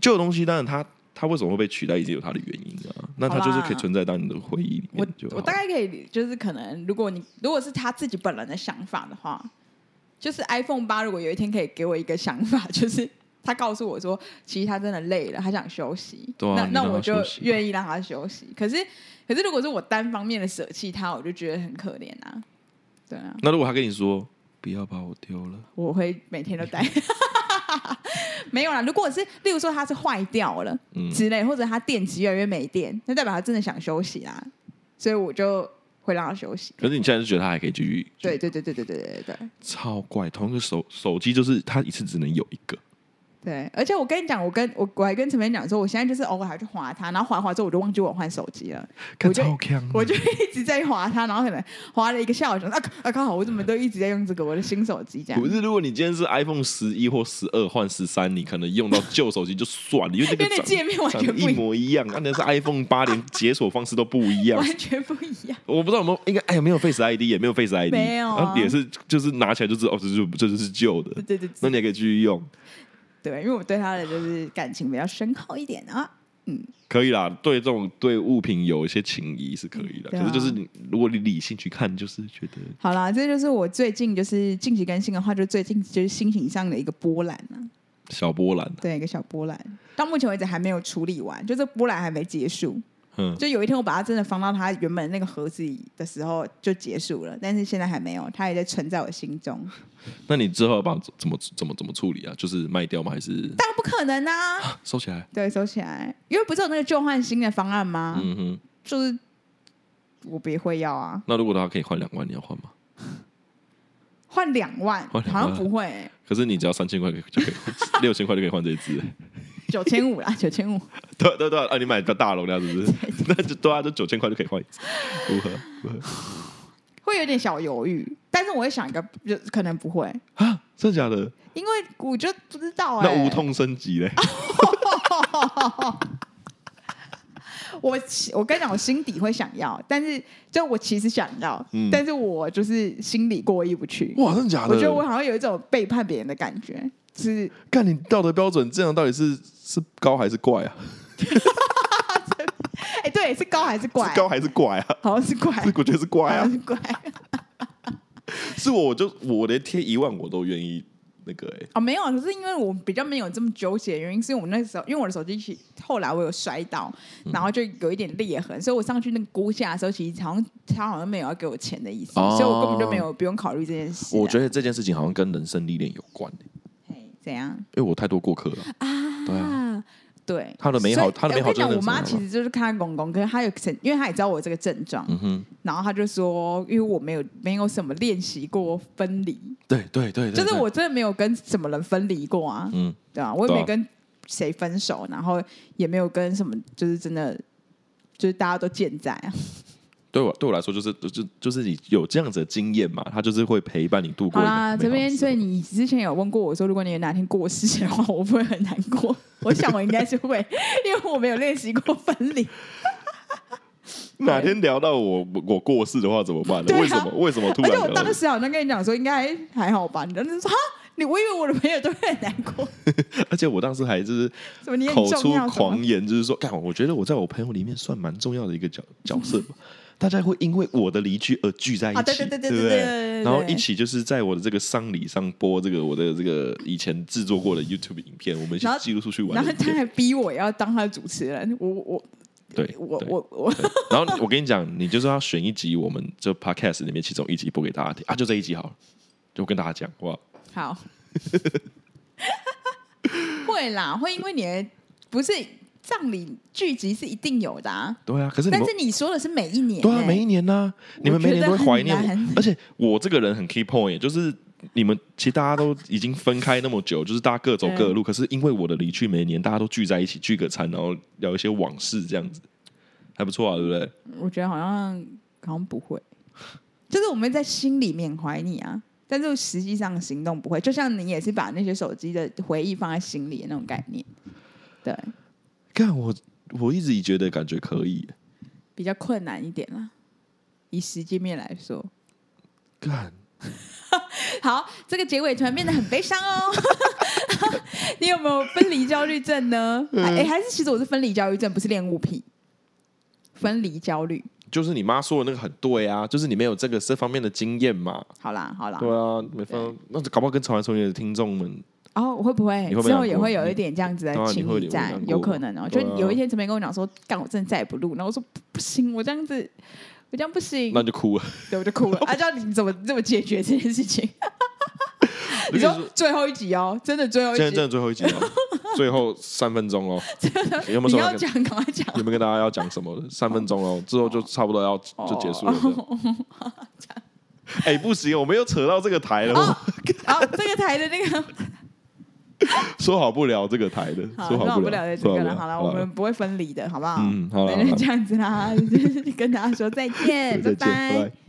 Speaker 1: 旧的东西，当然它它为什么会被取代，一定有它的原因啊。那它就是可以存在到你的回忆里
Speaker 2: 我
Speaker 1: 面就好
Speaker 2: 我大概可以，就是可能，如果你如果是他自己本人的想法的话，就是 iPhone 八如果有一天可以给我一个想法， 就是他告诉我说，其实他真的累了，他想休息，
Speaker 1: 对啊你让
Speaker 2: 那那
Speaker 1: 他
Speaker 2: 我就
Speaker 1: 休息吧
Speaker 2: 愿意让他休息。可是可是如果是我单方面的舍弃他，我就觉得很可怜啊。对啊，
Speaker 1: 那如果他跟你说不要把我丢了，
Speaker 2: 我会每天都带。 没有啦，如果是例如说它是坏掉了
Speaker 1: 嗯
Speaker 2: 之类，或者它电池越来越没电，那代表它真的想休息啦，所以我就会让它休息。
Speaker 1: 可是你现在就觉得它还可以继续
Speaker 2: 对对对对对对对对对，
Speaker 1: 超怪，同一个手手机就是它一次只能有一个，
Speaker 2: 对，而且我跟你讲，我跟我我还跟陈明讲说，我现在就是偶尔还去划它，然后划划之后我就忘记我换手机了，
Speaker 1: 看
Speaker 2: 我就
Speaker 1: 超强，
Speaker 2: 我就一直在划它，然后可能划了一个下午，想说啊啊，刚好我怎么都一直在用这个我的新手机这样
Speaker 1: 不，是，如果你今天是 iPhone 十一或十二换十三，你可能用到旧手机就算了，因为这个
Speaker 2: 因为那
Speaker 1: 长
Speaker 2: 界面完全
Speaker 1: 长得
Speaker 2: 不
Speaker 1: 一
Speaker 2: 一
Speaker 1: 模一样，啊那是 iPhone 八，连解锁方式都不一 样。
Speaker 2: 完全不一样。
Speaker 1: 我不知道有没有，应该哎呀，没有 Face ID，也没有 Face ID，
Speaker 2: 没有啊
Speaker 1: 然后也是就是拿起来就知道哦，这就这就是旧的
Speaker 2: 对，对对
Speaker 1: 那
Speaker 2: 对
Speaker 1: 你也可以继续用，
Speaker 2: 对，因为我对它的就是感情比较深厚一点啊。
Speaker 1: 可以啦。对这种对物品有一些情谊是可以的，
Speaker 2: 对啊
Speaker 1: 可是就是你如果你理性去看，就是觉得
Speaker 2: 好啦，这就是我最近就是近期更新的话，就最近就是心情上的一个波澜啊，
Speaker 1: 小波澜，
Speaker 2: 对，一个小波澜。到目前为止还没有处理完，就这波澜还没结束。
Speaker 1: 嗯，
Speaker 2: 就有一天我把它真的放到它原本那个盒子里的时候就结束了，但是现在还没有，它也在存在我心中。
Speaker 1: 那你之后要把怎么怎么怎么处理啊？就是卖掉吗？还是
Speaker 2: 当然不可 能啊！
Speaker 1: 收起来？
Speaker 2: 对，收起来，因为不是有那个旧换新的方案吗？
Speaker 1: 嗯哼。
Speaker 2: 就是我不会要啊，
Speaker 1: 那如果他可以换两万，你要换吗？
Speaker 2: 换两万
Speaker 1: 换两
Speaker 2: 好
Speaker 1: 万
Speaker 2: 像不会、欸，
Speaker 1: 可是你只要三千块就可以换，六千块就可以换这一只。
Speaker 2: 九千五啦，九千五。
Speaker 1: 对对对啊，你买到大容量是不是？那就 对啊，就九千块就可以换一只，如何？如何
Speaker 2: 会有点小犹豫，但是我会想一个，就可能不会，
Speaker 1: 啊，真的假的？
Speaker 2: 因为我就不知道哎、
Speaker 1: 那无，痛升级嘞？
Speaker 2: 我其我跟你讲，我心底会想要，但是就我其实想要，
Speaker 1: 嗯
Speaker 2: 但是我就是心里过意不去。
Speaker 1: 哇，真的假
Speaker 2: 我觉得我好像有一种背叛别人的感觉，就是
Speaker 1: 看你道德标准这样到底是是高还是怪啊？
Speaker 2: 哎、对，是高还是怪？
Speaker 1: 是高还是怪啊？
Speaker 2: 好像是怪，
Speaker 1: 是我觉得是怪
Speaker 2: 好
Speaker 1: 啊
Speaker 2: 像。是怪。
Speaker 1: 是我我就我连贴一万我都愿意那个哎、
Speaker 2: 哦，没有，可是因为我比较没有这么纠结，原因是因为我那时候，因为我的手机其后来我有摔到，
Speaker 1: 嗯
Speaker 2: 然后就有一点裂痕，所以我上去那个估价的时候，其实好像他好像没有要给我钱的意思，
Speaker 1: 哦
Speaker 2: 所以我根本就没有不用考虑这件事啊、
Speaker 1: 我觉得这件事情好像跟人生历练有关、欸，
Speaker 2: 嘿怎样
Speaker 1: 因为哎我太多过客了。
Speaker 2: 啊？
Speaker 1: 对
Speaker 2: 对
Speaker 1: 他的美好
Speaker 2: 所以
Speaker 1: 他的美好
Speaker 2: 哎我跟
Speaker 1: 真
Speaker 2: 你
Speaker 1: 的
Speaker 2: 讲，我妈
Speaker 1: 是美好
Speaker 2: 其实就是看她公公，可是她有成，因为她也知道我有这个症状，
Speaker 1: 嗯哼，
Speaker 2: 然后她就说，因为我没有没有什么练习过分离，
Speaker 1: 对对对对，
Speaker 2: 就是
Speaker 1: 对
Speaker 2: 我真的没有跟什么人分离过啊，
Speaker 1: 嗯。
Speaker 2: 对啊，我也
Speaker 1: 对
Speaker 2: 没
Speaker 1: 啊
Speaker 2: 跟谁分手，然后也没有跟什么，就是真的，就是大家都健在啊。
Speaker 1: 对我对我来说，就是就就是你有这样子的经验嘛，他就是会陪伴你度过
Speaker 2: 好
Speaker 1: 一个美
Speaker 2: 啦，这
Speaker 1: 好的
Speaker 2: 边
Speaker 1: 时
Speaker 2: 所以
Speaker 1: 光
Speaker 2: 你之前有问过我说，如果你有哪天过世的话，我会不会很难过？我想我应该是会，因为我没有练习过分离。
Speaker 1: 哪天聊到我我过世的话怎么办呢？
Speaker 2: 对啊
Speaker 1: 为什么为什么突
Speaker 2: 而
Speaker 1: 然
Speaker 2: 且
Speaker 1: 聊
Speaker 2: 我
Speaker 1: 到
Speaker 2: 当时好像跟你讲说，应该还好吧？你当时说哈，你我以为我的朋友都会很难过，
Speaker 1: 而且我当时还就是
Speaker 2: 什么你很
Speaker 1: 口
Speaker 2: 重
Speaker 1: 出
Speaker 2: 要什么
Speaker 1: 狂言，就是说，干，我觉得我在我朋友里面算蛮重要的一个角角色吧。大家会因为我的离去而聚在一起，
Speaker 2: 啊对对对对
Speaker 1: 不
Speaker 2: 对对对对
Speaker 1: 然后一起就是在我的这个丧礼上播这个我的这个以前制作过的 YouTube 影片，我们一起
Speaker 2: 然后
Speaker 1: 记录出去玩
Speaker 2: 然
Speaker 1: 的
Speaker 2: 后
Speaker 1: 影
Speaker 2: 他
Speaker 1: 片。
Speaker 2: 还逼我要当他的主持人，我我
Speaker 1: 对，
Speaker 2: 我
Speaker 1: 对
Speaker 2: 我我
Speaker 1: 对然后我跟你讲，你就是要选一集我们这 podcast 里面其中一集播给大家听啊，就这一集好了，就跟大家讲好不好？
Speaker 2: 好，会啦，会因为你的不是葬礼聚集是一定有的、啊，
Speaker 1: 对啊，可是你
Speaker 2: 但
Speaker 1: 们
Speaker 2: 是你说的是每一年、
Speaker 1: 对啊，
Speaker 2: 欸
Speaker 1: 每一年呐、
Speaker 2: 我
Speaker 1: 你们每一年都会怀念
Speaker 2: 觉得很
Speaker 1: 我
Speaker 2: 难，
Speaker 1: 而且我这个人很 key point，就是你们其实大家都已经分开那么久，就是大家各走各的路，可是因为我的离去，每一年大家都聚在一起聚个餐，然后聊一些往事，这样子还不错啊，对不对？
Speaker 2: 我觉得好像好像不会， 就是我们在心里面怀你啊，但是实际上行动不会，就像你也是把那些手机的回忆放在心里的那种概念，对，
Speaker 1: 看我，我一直觉得感觉可以，
Speaker 2: 比较困难一点啦。以实际面来说，
Speaker 1: 看
Speaker 2: 好，这个结尾突然变得很悲伤哦。 你有没有分离焦虑症呢？
Speaker 1: 嗯
Speaker 2: 哎、还是其实我是分离焦虑症，不是恋物癖。分离焦虑，
Speaker 1: 就是你妈说的那个很对啊，就是你没有这个这方面的经验嘛，
Speaker 2: 好啦好啦。
Speaker 1: 对啊，没分，那搞不好跟潮玩重演的听众 们，
Speaker 2: 哦，我会不会
Speaker 1: 你会不会
Speaker 2: 之后
Speaker 1: 难
Speaker 2: 也
Speaker 1: 过
Speaker 2: 会有一点这样子的
Speaker 1: 对啊你
Speaker 2: 情
Speaker 1: 会
Speaker 2: 谊
Speaker 1: 有点
Speaker 2: 在
Speaker 1: 难？过
Speaker 2: 有可能哦。就
Speaker 1: 对啊
Speaker 2: 有一天陈明跟我讲说：“干，我真的再也不录。”然后我说：“不行，我这样子，我这样不行。
Speaker 1: 那你就哭了。”
Speaker 2: 对，我 就哭了。啊，叫你怎么怎么解决这件事情？你
Speaker 1: 我跟
Speaker 2: 说
Speaker 1: 你
Speaker 2: 最后一集哦，真的最后一
Speaker 1: 现在真
Speaker 2: 集，
Speaker 1: 的最后一 集了，最后三分钟哦，有没有
Speaker 2: 你
Speaker 1: 什
Speaker 2: 要
Speaker 1: 么？
Speaker 2: 讲，赶快 讲。
Speaker 1: 有没有跟大家要讲什么？三分钟哦，之后就差不多要
Speaker 2: 哦
Speaker 1: 就结束了这样。
Speaker 2: 哦
Speaker 1: 哎，不行，我们又扯到这个台了。
Speaker 2: 然后这个台的那个
Speaker 1: 说好不聊这个台的，
Speaker 2: 好，
Speaker 1: 说
Speaker 2: 那我
Speaker 1: 不
Speaker 2: 不聊
Speaker 1: 聊
Speaker 2: 这个
Speaker 1: 说
Speaker 2: 了，
Speaker 1: 好
Speaker 2: 好
Speaker 1: 不聊
Speaker 2: 了，我们不会分离的，好不好？
Speaker 1: 嗯好了
Speaker 2: 那
Speaker 1: 好
Speaker 2: 就
Speaker 1: 了
Speaker 2: 这样子啦，就是跟大家说再见，
Speaker 1: 再见，
Speaker 2: 哎拜
Speaker 1: 拜拜。